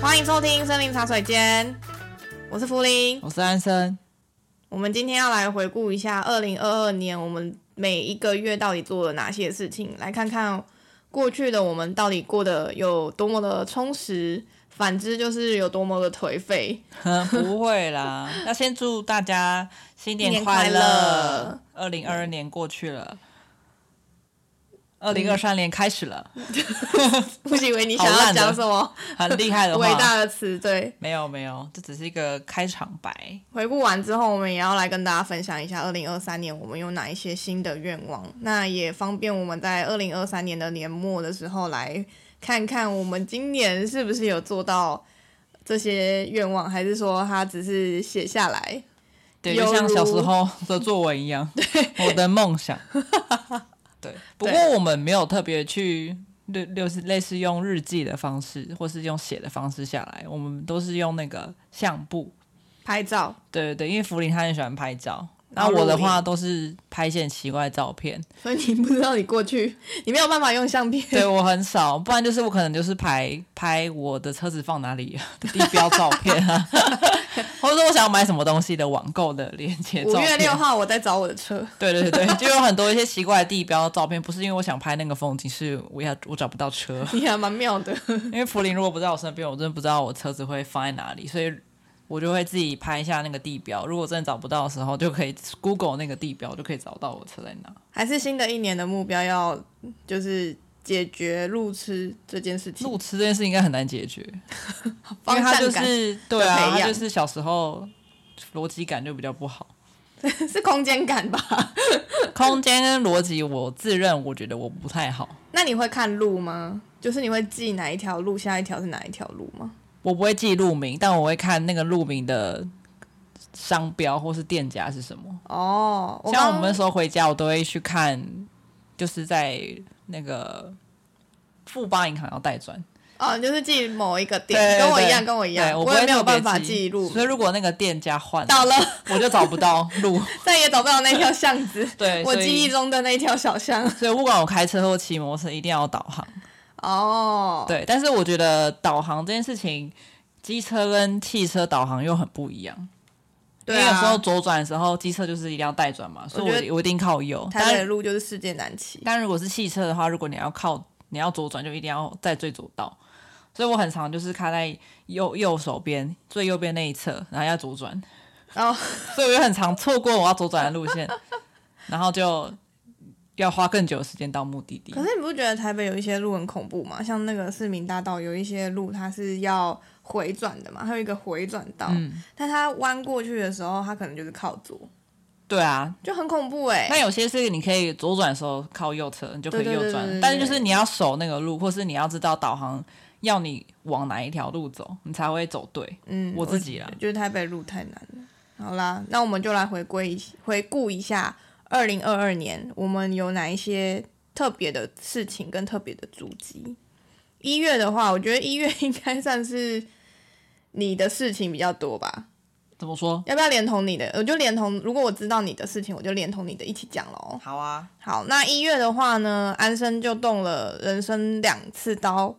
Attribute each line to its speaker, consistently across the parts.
Speaker 1: 欢迎收听《森林茶水间》，我是福林。
Speaker 2: 我是安生，
Speaker 1: 我们今天要来回顾一下二零二二年我们每一个月到底做了哪些事情，来看看过去的我们到底过得有多么的充实，反之就是有多么的颓废。
Speaker 2: 哼不会啦，要先祝大家新
Speaker 1: 年
Speaker 2: 年
Speaker 1: 快
Speaker 2: 快
Speaker 1: 乐
Speaker 2: 乐！二零二二年过去了，二零二三年开始了，
Speaker 1: 不以为你想
Speaker 2: 好
Speaker 1: 要
Speaker 2: 烂的
Speaker 1: 讲什么
Speaker 2: 很厉害的
Speaker 1: 伟
Speaker 2: 话，
Speaker 1: 大的词，对。
Speaker 2: 没有没有，这只是一个开场白。
Speaker 1: 回顾完之后，我们也要来跟大家分享一下，二零二三年我们有哪一些新的愿望。那也方便我们在二零二三年的年末的时候来看看，我们今年是不是有做到这些愿望，还是说它只是写下来？
Speaker 2: 对，
Speaker 1: 犹
Speaker 2: 就像
Speaker 1: 如
Speaker 2: 小时候的作文 一样，我的梦想。对，不过
Speaker 1: 对
Speaker 2: 我们没有特别去类类似类似用日记的方式，或是用写的方式下来，我们都是用那个相簿。
Speaker 1: 拍照，
Speaker 2: 对对对，因为福林他很喜欢拍照，
Speaker 1: 然
Speaker 2: 然
Speaker 1: 后
Speaker 2: 后我的
Speaker 1: 录影
Speaker 2: 话都是拍一些很奇怪的照片，
Speaker 1: 所以你不知道你过去，你没有办法用相片。
Speaker 2: 对我很少，不然就是我可能就是拍拍我的车子放哪里的地标照片 啊，或者说我想要买什么东西的网购的链接
Speaker 1: 五
Speaker 2: 照
Speaker 1: 月
Speaker 2: 片。
Speaker 1: 六号我在找我的车，
Speaker 2: 对对对，对就有很多一些奇怪的地标照片，不是因为我想拍那个风景，是我要我找不到车。
Speaker 1: 你还蛮妙的。
Speaker 2: 因为福林如果不在我身边，我真的不知道我车子会放在哪里，所以我就会自己拍一下那个地标。如果真的找不到的时候，就可以 Google 那个地标，就可以找到我车在哪。
Speaker 1: 还是新的一年的目标要就是解决路痴这件事情，
Speaker 2: 路痴这件事应该很难解决，因
Speaker 1: 方
Speaker 2: 为他
Speaker 1: 向
Speaker 2: 就
Speaker 1: 感
Speaker 2: 是对啊，
Speaker 1: 培
Speaker 2: 他
Speaker 1: 养
Speaker 2: 就是小时候逻辑感就比较不好，
Speaker 1: 是空间感吧？
Speaker 2: 空间跟逻辑，我自认我觉得我不太好，
Speaker 1: 那你会看路吗？就是你会记哪一条路，下一条是哪一条路吗？
Speaker 2: 我不会记路名，但我会看那个路名的商标或是店家是什么。
Speaker 1: 哦，我
Speaker 2: 像
Speaker 1: 刚
Speaker 2: 我们那时候回家，我都会去看，就是在那个富邦银行要带转，
Speaker 1: 哦，就是记某一个
Speaker 2: 对
Speaker 1: 点，
Speaker 2: 对
Speaker 1: 跟我一
Speaker 2: 对
Speaker 1: 样，跟我一
Speaker 2: 对
Speaker 1: 样，
Speaker 2: 我
Speaker 1: 我
Speaker 2: 不会
Speaker 1: 也没有
Speaker 2: 特别
Speaker 1: 办法记录，
Speaker 2: 所以如果那个店家换
Speaker 1: 到了
Speaker 2: 我就找不到路。
Speaker 1: 再也找不到那条巷子，
Speaker 2: 对，
Speaker 1: 我
Speaker 2: 所以
Speaker 1: 记忆中的那条小巷。
Speaker 2: 所以不管我开车或骑摩托车，一定要导航。
Speaker 1: 哦，
Speaker 2: 对，但是我觉得导航这件事情，机车跟汽车导航又很不一样。
Speaker 1: 对
Speaker 2: 因为有时候
Speaker 1: 啊，
Speaker 2: 左转的时候，机车就是一定要带转嘛，所以
Speaker 1: 我觉
Speaker 2: 我我一定靠右。
Speaker 1: 台北的
Speaker 2: 但
Speaker 1: 路就是世界难骑。
Speaker 2: 但如果是汽车的话，如果你要靠你要左转，就一定要在最左道。所以我很常就是开在右右手边最右边那一侧，然后要左转，
Speaker 1: 然后
Speaker 2: 所以我就很常错过我要左转的路线，然后就要花更久的时间到目的地
Speaker 1: 可。是你不觉得台北有一些路很恐怖吗？像那个市民大道有一些路它是要回转的嘛，它有一个回转道，
Speaker 2: 嗯，
Speaker 1: 但它弯过去的时候，它可能就是靠左，
Speaker 2: 对啊，
Speaker 1: 就很恐怖哎、
Speaker 2: 那有些是你可以左转的时候靠右侧，你就可以
Speaker 1: 对对
Speaker 2: 右
Speaker 1: 对对对
Speaker 2: 转
Speaker 1: 对，
Speaker 2: 但是就是你要守那个路，或是你要知道导航要你往哪一条路走，你才会走对。
Speaker 1: 嗯，
Speaker 2: 我自己啊啦
Speaker 1: 我觉得台北路太难了。好啦，那我们就来回归一回顾一下二零二二年，我们有哪一些特别的事情跟特别的足迹。一月的话，我觉得一月应该算是你的事情比较多吧？
Speaker 2: 怎么说？
Speaker 1: 要不要连同你的？我就连同，如果我知道你的事情，我就连同你的一起讲喽。
Speaker 2: 好啊，
Speaker 1: 好，那一月的话呢，安生就动了人生两次刀。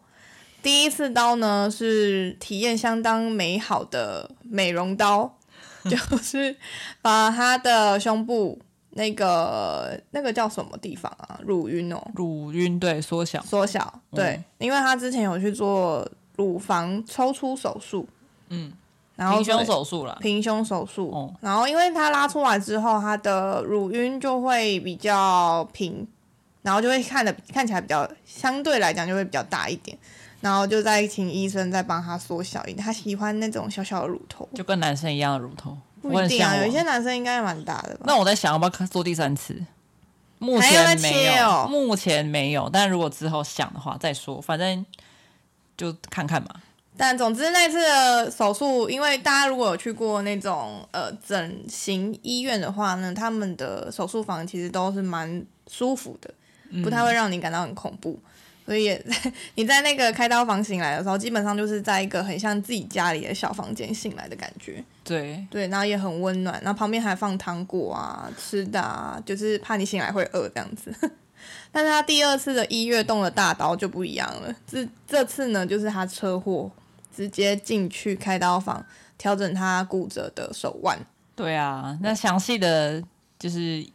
Speaker 1: 第一次刀呢是体验相当美好的美容刀， 就是把他的胸部那个那个叫什么地方啊，乳晕哦
Speaker 2: 乳晕对缩小，
Speaker 1: 缩小。对，
Speaker 2: 嗯
Speaker 1: 因为他之前有去做乳房抽出手术，
Speaker 2: 嗯，
Speaker 1: 然后
Speaker 2: 平
Speaker 1: 所以
Speaker 2: 胸手术啦。
Speaker 1: 平胸手术，
Speaker 2: 啊哦
Speaker 1: 然后因为它拉出来之后，它的乳晕就会比较平，然后就会看的看起来比较相对来讲就会比较大一点，然后就再请医生再帮他缩小一点。他喜欢那种小小的乳头，
Speaker 2: 就跟男生一样的乳头，
Speaker 1: 不
Speaker 2: 我
Speaker 1: 一
Speaker 2: 很
Speaker 1: 定
Speaker 2: 向
Speaker 1: 啊，有
Speaker 2: 往。
Speaker 1: 一些男生应该蛮大的吧。
Speaker 2: 那我在想要不要做第三次，目
Speaker 1: 还要再切
Speaker 2: 前没有，
Speaker 1: 哦
Speaker 2: 目前没有。但如果之后想的话再说，反正就看看嘛。
Speaker 1: 但总之那次的手术，因为大家如果有去过那种呃整形医院的话呢，他们的手术房其实都是蛮舒服的，不太会让你感到很恐怖。所以也 你在那个开刀房醒来的时候，基本上就是在一个很像自己家里的小房间醒来的感觉。
Speaker 2: 对，
Speaker 1: 对，然后也很温暖，然后旁边还放糖果啊、吃的啊，就是怕你醒来会饿这样子。 但是他第二次的一月动了大刀就不一样了，这这次呢，就是他车祸直接进去开刀房调整他骨折的手腕。
Speaker 2: 对啊，那详细的就是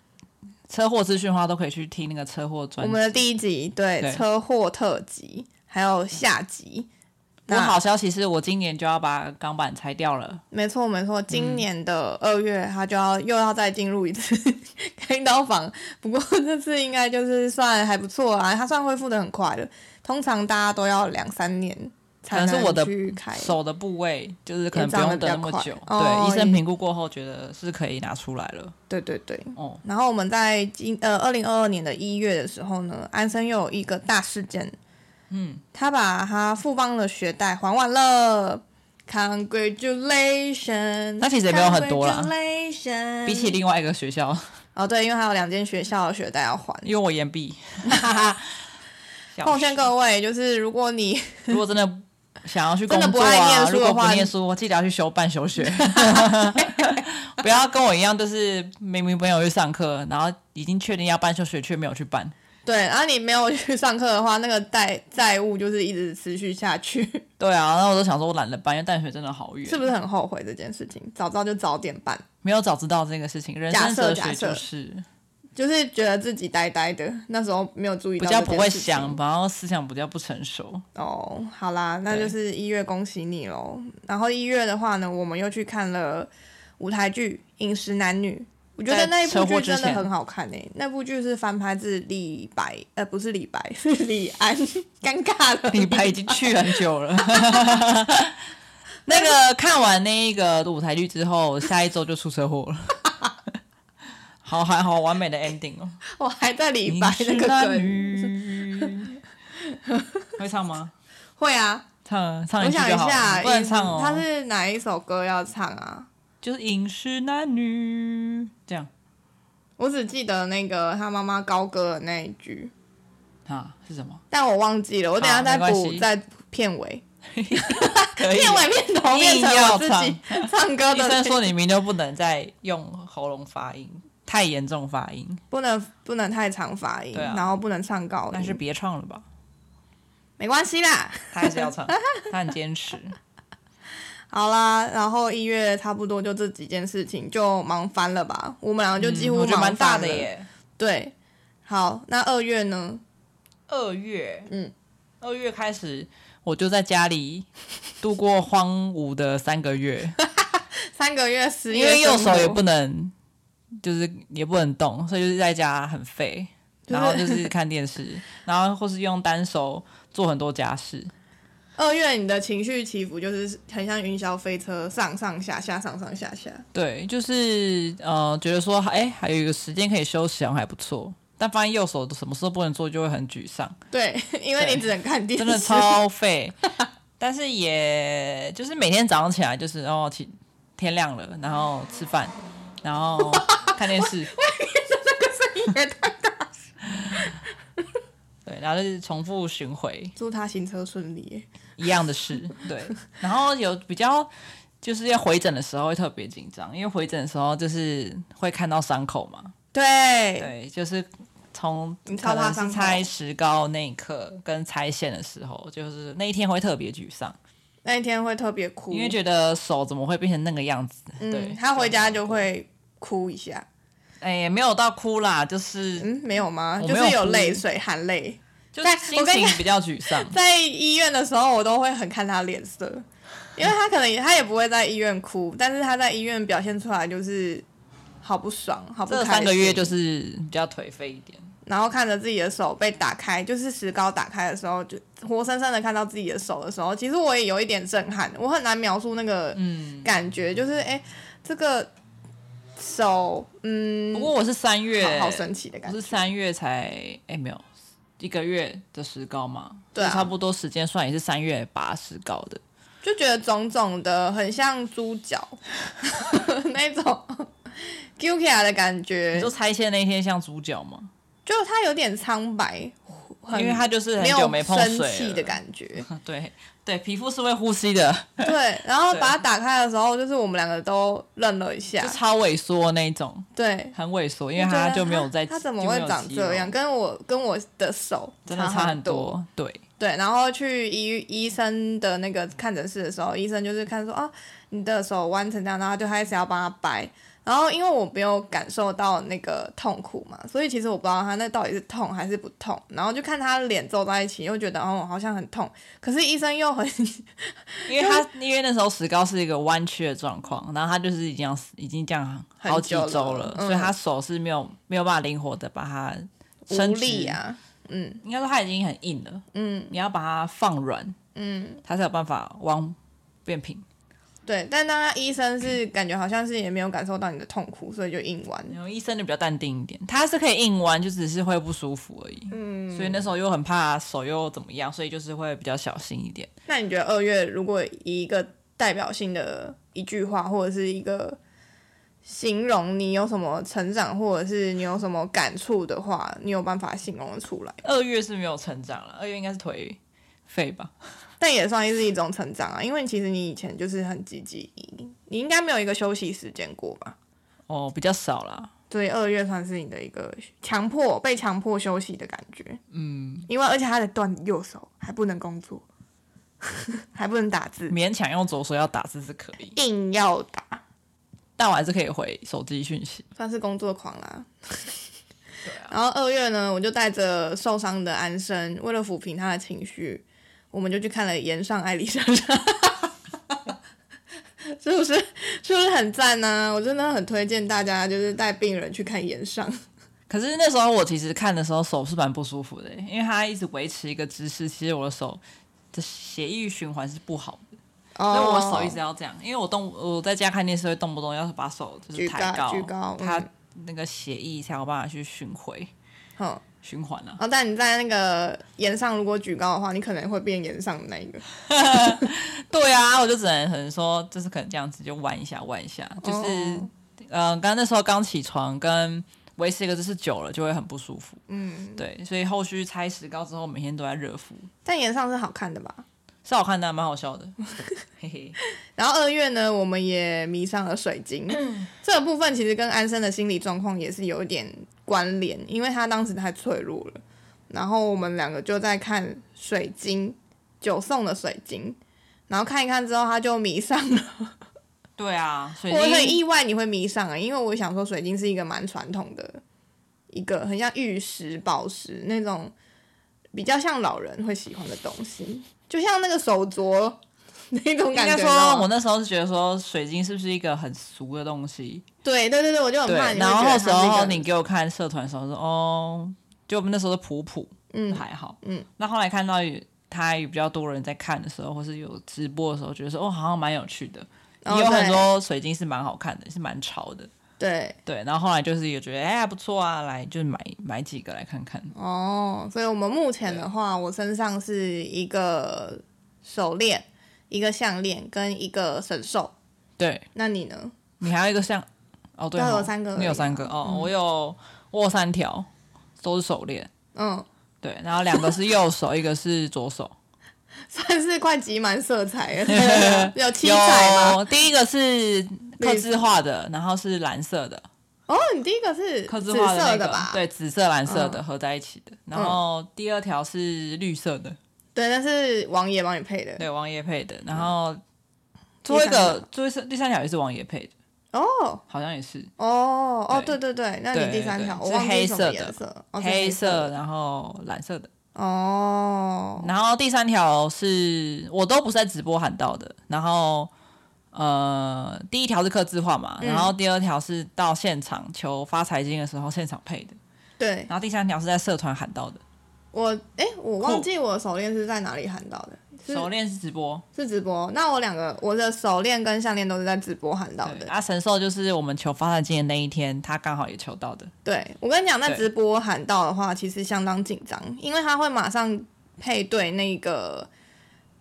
Speaker 2: 车祸资讯的话，都可以去听那个车祸专
Speaker 1: 我们的第一集对
Speaker 2: 对
Speaker 1: 车祸特辑，还有下集。
Speaker 2: 不过好消息是我今年就要把钢板拆掉了，
Speaker 1: 没错没错，
Speaker 2: 嗯
Speaker 1: 今年的二月他就要又要再进入一次 开刀房，不过这次应该就是算还不错啊，他算恢复的很快了。通常大家都要两三年
Speaker 2: 可
Speaker 1: 才
Speaker 2: 能是我的
Speaker 1: 去开，
Speaker 2: 手的部位，就是可
Speaker 1: 哎也
Speaker 2: 能不
Speaker 1: 长得
Speaker 2: 用
Speaker 1: 比
Speaker 2: 等
Speaker 1: 较
Speaker 2: 那么
Speaker 1: 快
Speaker 2: 久。
Speaker 1: 哦
Speaker 2: 对，医生
Speaker 1: 也
Speaker 2: 评估过后觉得是可以拿出来了。
Speaker 1: 对对对。
Speaker 2: 哦，
Speaker 1: 然后我们在今呃二零二二年的一月的时候呢，安森又有一个大事件，嗯，他把他富邦的学贷还完了，congratulations。
Speaker 2: 那其实也没有很多啦
Speaker 1: congratulations
Speaker 2: 比起另外一个学校，
Speaker 1: 哦对，因为还有两间学校的学贷要还。
Speaker 2: 因为我延毕，笑
Speaker 1: 奉劝各位，就是如果你
Speaker 2: 如果真的想要去
Speaker 1: 真
Speaker 2: 工
Speaker 1: 的不
Speaker 2: 作
Speaker 1: 爱念
Speaker 2: 啊，
Speaker 1: 书
Speaker 2: 如果
Speaker 1: 的
Speaker 2: 不
Speaker 1: 话
Speaker 2: 念书，记得要去修半 休学，不要跟我一样，就是明明没有去上课，然后已经确定要半休学，却没有去办。
Speaker 1: 对，然后你没有去上课的话，那个贷债务就是一直持续下去，
Speaker 2: 对啊，那我都想说，我懒得办，因为淡水真的好远，
Speaker 1: 是不是很后悔这件事情？早知道就早点办，
Speaker 2: 没有早知道这个事情，人
Speaker 1: 假
Speaker 2: 生
Speaker 1: 设
Speaker 2: 哲
Speaker 1: 假设
Speaker 2: 学就是
Speaker 1: 就是觉得自己呆呆的，那时候没有注意
Speaker 2: 比
Speaker 1: 到，
Speaker 2: 较不会想，然后思想比较不成 熟。
Speaker 1: 哦，好啦，那
Speaker 2: 对
Speaker 1: 就是一月恭喜你喽。然后一月的话呢，我们又去看了舞台剧《饮食男女》，我觉得
Speaker 2: 在
Speaker 1: 那一部
Speaker 2: 车祸
Speaker 1: 剧
Speaker 2: 之
Speaker 1: 真的
Speaker 2: 前
Speaker 1: 很好看诶、那部剧是翻拍自李白，呃，不是李白， 是李 安，尴尬了。
Speaker 2: 李白已经去很久了。 那个看完那一个舞台剧之后，下一周就出车祸了。 好，还好完美的 ending 哦。
Speaker 1: 我还在李白那个梗，
Speaker 2: 梗，会唱吗？
Speaker 1: 会啊，
Speaker 2: 唱唱
Speaker 1: 我
Speaker 2: 一句
Speaker 1: 想一
Speaker 2: 就好
Speaker 1: 下，
Speaker 2: 了，不能唱哦。
Speaker 1: 他是哪一首歌要唱啊？
Speaker 2: 就是饮食男女这样
Speaker 1: 我只记得那个他妈妈高歌的那一句，
Speaker 2: 啊？是什么？
Speaker 1: 但我忘记了，我等一下
Speaker 2: 好
Speaker 1: 再
Speaker 2: 没关
Speaker 1: 补
Speaker 2: 系
Speaker 1: 在片尾。
Speaker 2: 可以。
Speaker 1: 片尾片头变成我自己 唱歌
Speaker 2: 医生
Speaker 1: 的，
Speaker 2: 说你明就不能再用喉咙发音，太严重发音，
Speaker 1: 不能不能太长发音，
Speaker 2: 对啊
Speaker 1: 然后不能唱高
Speaker 2: 但是
Speaker 1: 音，
Speaker 2: 别唱了吧。
Speaker 1: 没关系啦。
Speaker 2: 他还是要唱，他很坚持。
Speaker 1: 好啦，然后一月差不多就这几件事情就忙翻了吧，我们两个就几乎
Speaker 2: 嗯我觉得
Speaker 1: 忙
Speaker 2: 蛮
Speaker 1: 翻
Speaker 2: 大
Speaker 1: 了
Speaker 2: 的。耶。
Speaker 1: 对，好，那二月呢？
Speaker 2: 二月，
Speaker 1: 嗯
Speaker 2: 嗯，二月开始我就在家里度过荒芜的三个月，
Speaker 1: 三个月，十月
Speaker 2: 因为右
Speaker 1: 生
Speaker 2: 手
Speaker 1: 活
Speaker 2: 也不能，就是也不能动，所以就是在家很废，然后就是看电视，然后或是用单手做很多家事。
Speaker 1: 二月你的情绪起伏就是很像云霄飞车，上上下下，上上下下。
Speaker 2: 对，就是呃，觉得说，哎、还有一个时间可以休息，好像还不错。但发现右手什么事都不能做，就会很沮丧。
Speaker 1: 对， 因为你
Speaker 2: 对
Speaker 1: 只能看电视，
Speaker 2: 真的超废。但是也就是每天早上起来就是哦，起天亮了，然后吃饭，然后看电视，
Speaker 1: 也太
Speaker 2: 对，然后就是重复巡回
Speaker 1: 祝他行车顺利耶。
Speaker 2: 一样的事，对。然后有比较就是要回诊的时候会特别紧张，因为回诊的时候就是会看到伤口嘛，
Speaker 1: 对，
Speaker 2: 对，就是从
Speaker 1: 你超
Speaker 2: 可
Speaker 1: 怕
Speaker 2: 能
Speaker 1: 伤
Speaker 2: 是
Speaker 1: 口
Speaker 2: 拆石膏那一刻跟拆线的时候，就是那一天会特别沮丧，
Speaker 1: 那一天会特别哭，
Speaker 2: 因为觉得手怎么会变成那个样子？对
Speaker 1: 嗯，，他回家就会哭一下。
Speaker 2: 哎、也没有到哭啦，就是、
Speaker 1: 嗯，没有吗？
Speaker 2: 我
Speaker 1: 就
Speaker 2: 没有
Speaker 1: 是有
Speaker 2: 哭
Speaker 1: 泪水、含泪。
Speaker 2: 就是
Speaker 1: 我
Speaker 2: 心
Speaker 1: 跟你
Speaker 2: 情
Speaker 1: 讲。
Speaker 2: 比较沮丧
Speaker 1: 在医院的时候，我都会很看他脸色，因为他可能也他也不会在医院哭，但是他在医院表现出来就是好不爽、好不开
Speaker 2: 这
Speaker 1: 心。
Speaker 2: 三个月就是比较颓废一点，
Speaker 1: 然后看着自己的手被打开，就是石膏打开的时候，就活生生的看到自己的手的时候，其实我也有一点震撼，我很难描述那个
Speaker 2: 嗯。
Speaker 1: 感觉，就是哎、诶这个手，嗯，
Speaker 2: 不过我是三月，
Speaker 1: 好好神奇的感
Speaker 2: 我
Speaker 1: 觉
Speaker 2: 是。三月才哎、没有一个月的石膏嘛，
Speaker 1: 对啊
Speaker 2: 就差不多时间算也是三月拔石膏的。
Speaker 1: 就觉得肿肿的，很像猪脚 那种 Q K 啊的感
Speaker 2: 你
Speaker 1: 觉
Speaker 2: 说，拆线那一天像猪脚吗？
Speaker 1: 就它有点苍白，很
Speaker 2: 因为它就是很
Speaker 1: 没
Speaker 2: 久
Speaker 1: 有
Speaker 2: 没碰
Speaker 1: 生
Speaker 2: 水
Speaker 1: 气
Speaker 2: 了
Speaker 1: 的感觉。
Speaker 2: 对对，皮肤是会呼吸的，
Speaker 1: 对，然后
Speaker 2: 对啊
Speaker 1: 把它打开的时候，就是我们两个都愣了一下
Speaker 2: 就，超萎缩那一种，
Speaker 1: 对，
Speaker 2: 很萎缩，因为它
Speaker 1: 啊觉得
Speaker 2: 就没有在，
Speaker 1: 它怎么
Speaker 2: 就没
Speaker 1: 会
Speaker 2: 有
Speaker 1: 长
Speaker 2: 肌肉
Speaker 1: 这样？跟我跟我的手
Speaker 2: 真的
Speaker 1: 差
Speaker 2: 差很
Speaker 1: 多。
Speaker 2: 多。对，
Speaker 1: 对，然后去医医生的那个看诊室的时候，医生就是看说啊，你的手弯成这样，然后就开始要帮他掰。然后因为我没有感受到那个痛苦嘛，所以其实我不知道他那到底是痛还是不痛。然后就看他脸皱在一起，又觉得哦好像很痛，可是医生又很
Speaker 2: 因为他因为那时候石膏是一个弯曲的状况，然后他就是已经要死已经这样好几
Speaker 1: 很久
Speaker 2: 周
Speaker 1: 了
Speaker 2: 了，
Speaker 1: 嗯
Speaker 2: 所以他手是没有没有办法灵活的把它
Speaker 1: 无
Speaker 2: 伸直
Speaker 1: 力，啊，嗯
Speaker 2: 应该说他已经很硬了，
Speaker 1: 嗯
Speaker 2: 你要把它放软，
Speaker 1: 嗯，
Speaker 2: 它才有办法弯变平。
Speaker 1: 对。但当然医生是感觉好像是也没有感受到你的痛苦，所以就硬弯。
Speaker 2: 然后医生就比较淡定一点，他是可以硬弯，就只是会不舒服而已。嗯，所以那时候又很怕手又怎么样，所以就是会比较小心一点。
Speaker 1: 那你觉得二月如果以一个代表性的一句话或者是一个形容你有什么成长，或者是你有什么感触的话，你有办法形容得出来？
Speaker 2: 二月是没有成长了，二月应该是颓废吧？
Speaker 1: 但也算是一种成长啊，因为其实你以前就是很积极，你你应该没有一个休息时间过吧？
Speaker 2: 哦，比较少啦。
Speaker 1: 所以二月算是你的一个强迫被强迫休息的感觉。嗯，因为而且他的断右手还不能工作， 还不能打字，
Speaker 2: 勉强用左手要打字是可以，
Speaker 1: 硬要打，
Speaker 2: 但我还是可以回手机讯息。
Speaker 1: 算是工作狂啦。
Speaker 2: 啊
Speaker 1: 然后二月呢，我就带着受伤的安生，为了抚平他的情绪，我们就去看了《岩上艾丽莎莎》， 是不是？是不是很赞呢、我真的很推荐大家，就是带病人去看《岩上》。
Speaker 2: 可是那时候我其实看的时候手是蛮不舒服的，因为他一直维持一个姿势，其实我的手的血液循环是不好的，
Speaker 1: 哦
Speaker 2: 所以我手一直要这样，因为我动我在家看电视会动不动要把手就是
Speaker 1: 举
Speaker 2: 抬
Speaker 1: 高
Speaker 2: 高，
Speaker 1: 举高嗯
Speaker 2: 它那个血液才有办法去巡回
Speaker 1: 好。
Speaker 2: 循环啊。
Speaker 1: 然后，哦但你在那个岩上如果举高的话，你可能会变岩上的那一个。
Speaker 2: 对啊，我就只能可能说，就是可能这样子就弯一下弯一下，就是、
Speaker 1: 哦
Speaker 2: 呃，刚刚那时候刚起床，跟维持一个姿势久了就会很不舒服。嗯，对，所以后续拆石膏之后，每天都在热敷，
Speaker 1: 但岩上是好看的吧？
Speaker 2: 是好看的啊，蛮好 笑的。嘿嘿，
Speaker 1: 然后二月呢，我们也迷上了水晶。 这个部分其实跟安生的心理状况也是有一点关联，因为他当时太脆弱了。然后我们两个就在看水晶，九送的水晶。然后看一看之后，他就迷上了。
Speaker 2: 对啊，水
Speaker 1: 我很
Speaker 2: 晶
Speaker 1: 意外你会迷上啊、因为我想说水晶是一个蛮传统的，一个很像玉石、宝石那种，比较像老人会喜欢的东西，就像那个手镯那种
Speaker 2: 应
Speaker 1: 感觉。
Speaker 2: 该
Speaker 1: 你知道吗
Speaker 2: 说，我那时候是觉得说，水晶是不是一个很俗的东西？
Speaker 1: 对对对对，我就很
Speaker 2: 对
Speaker 1: 怕，哦你会
Speaker 2: 然
Speaker 1: 觉
Speaker 2: 后
Speaker 1: 得它
Speaker 2: 那时
Speaker 1: 是一
Speaker 2: 候
Speaker 1: 个
Speaker 2: 你给我看社团的时候说，哦，就我们那时候的普普，
Speaker 1: 嗯
Speaker 2: 还好，
Speaker 1: 嗯
Speaker 2: 嗯。那后来看到有他有比较多人在看的时候，或是有直播的时候，觉得说哦，好像蛮有趣的，
Speaker 1: 哦
Speaker 2: 也有很多水晶是蛮好看的，是蛮潮的，
Speaker 1: 对
Speaker 2: 对。然后后来就是有觉得哎呀不错啊，来就买买几个来看看。
Speaker 1: 哦，所以我们目前的话，我身上是一个手链、一个项链跟一个神兽。
Speaker 2: 对
Speaker 1: 那你呢？
Speaker 2: 你还有一个像哦，对
Speaker 1: 对
Speaker 2: 哦，
Speaker 1: 我有三个而已啊
Speaker 2: 你有三个哦，我有我有三条，都是手链，
Speaker 1: 嗯，
Speaker 2: 对，然后两个是右手，一个是左手。
Speaker 1: 算是快集满色彩 了，有七彩吗？
Speaker 2: 有第一个是刻字化的，然后是蓝色的，
Speaker 1: 哦，你第一个是
Speaker 2: 刻
Speaker 1: 紫
Speaker 2: 字化的、那
Speaker 1: 色
Speaker 2: 个、
Speaker 1: 吧？嗯
Speaker 2: 对，紫色、蓝色的合在一起的。然后第二条是绿色的，
Speaker 1: 对，那是王爷帮你配的。
Speaker 2: 对，王爷配的。然后
Speaker 1: 第
Speaker 2: 最后一
Speaker 1: 嗯三条
Speaker 2: 个，最后一次第三条也是王爷配的，
Speaker 1: 哦
Speaker 2: 好像也是
Speaker 1: 哦哦，对
Speaker 2: 对
Speaker 1: 对对，那你
Speaker 2: 对
Speaker 1: 第三
Speaker 2: 对
Speaker 1: 条
Speaker 2: 是
Speaker 1: 我忘记
Speaker 2: 黑
Speaker 1: 什么
Speaker 2: 色
Speaker 1: 颜
Speaker 2: 的
Speaker 1: 色，哦是
Speaker 2: 黑色，
Speaker 1: 色
Speaker 2: 然后蓝色的。
Speaker 1: 哦。
Speaker 2: 然后第三条是我都不是在直播喊到的，然后。呃，第一条是刻字化嘛，
Speaker 1: 嗯
Speaker 2: 然后第二条是到现场求发财金的时候现场配的，
Speaker 1: 对
Speaker 2: 然后第三条是在社团喊到的，
Speaker 1: 我，哎，我忘
Speaker 2: 酷
Speaker 1: 记我手链是在哪里喊到的，是
Speaker 2: 手链是直播。
Speaker 1: 是直播。那我两个我的手链跟项链都是在直播喊到
Speaker 2: 对，
Speaker 1: 的。
Speaker 2: 啊，神兽就是我们求发财金的那一天，他刚好也求到的。
Speaker 1: 对我跟你讲，在
Speaker 2: 对
Speaker 1: 直播喊到的话，其实相当紧张，因为他会马上配对那个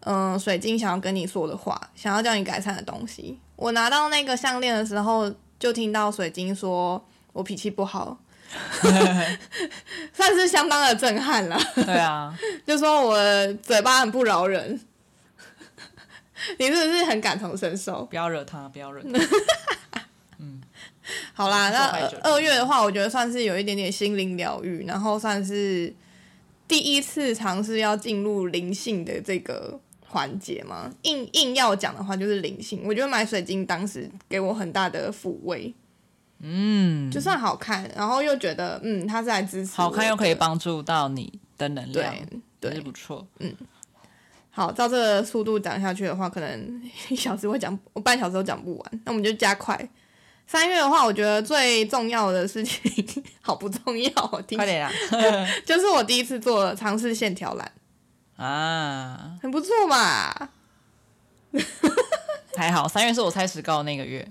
Speaker 1: 嗯、呃水晶想要跟你说的话，想要叫你改善的东西。我拿到那个项链的时候，就听到水晶说我脾气不 好。算是相当的震撼了，
Speaker 2: 对啊，
Speaker 1: 就说我嘴巴很不饶人， 你是不是很感同身受？
Speaker 2: 不要惹他，不要惹他。
Speaker 1: 好啦，
Speaker 2: 受
Speaker 1: 那
Speaker 2: 害者
Speaker 1: 呃二月的话，我觉得算是有一点点心灵疗愈，然后算是第一次尝试要进入灵性的这个环节吗？硬硬要讲的话，就是灵性。我觉得买水晶当时给我很大的抚慰，嗯，就算好看，然后又觉得嗯，它是来支持
Speaker 2: 好看又可以
Speaker 1: 帮。
Speaker 2: 帮助到你的能量，
Speaker 1: 对
Speaker 2: 也是
Speaker 1: 对，
Speaker 2: 不错。
Speaker 1: 好，照这个速度讲下去的话，可能一小时会讲，我半小时都讲不完。那我们就加快。三月的话，我觉得最重要的事情，好不重要哦，听
Speaker 2: 快点啊 啦！
Speaker 1: 就是我第一次做了尝试线条栏，
Speaker 2: 啊，
Speaker 1: 很不错吧？
Speaker 2: 还好，三月是我猜石膏的那个月，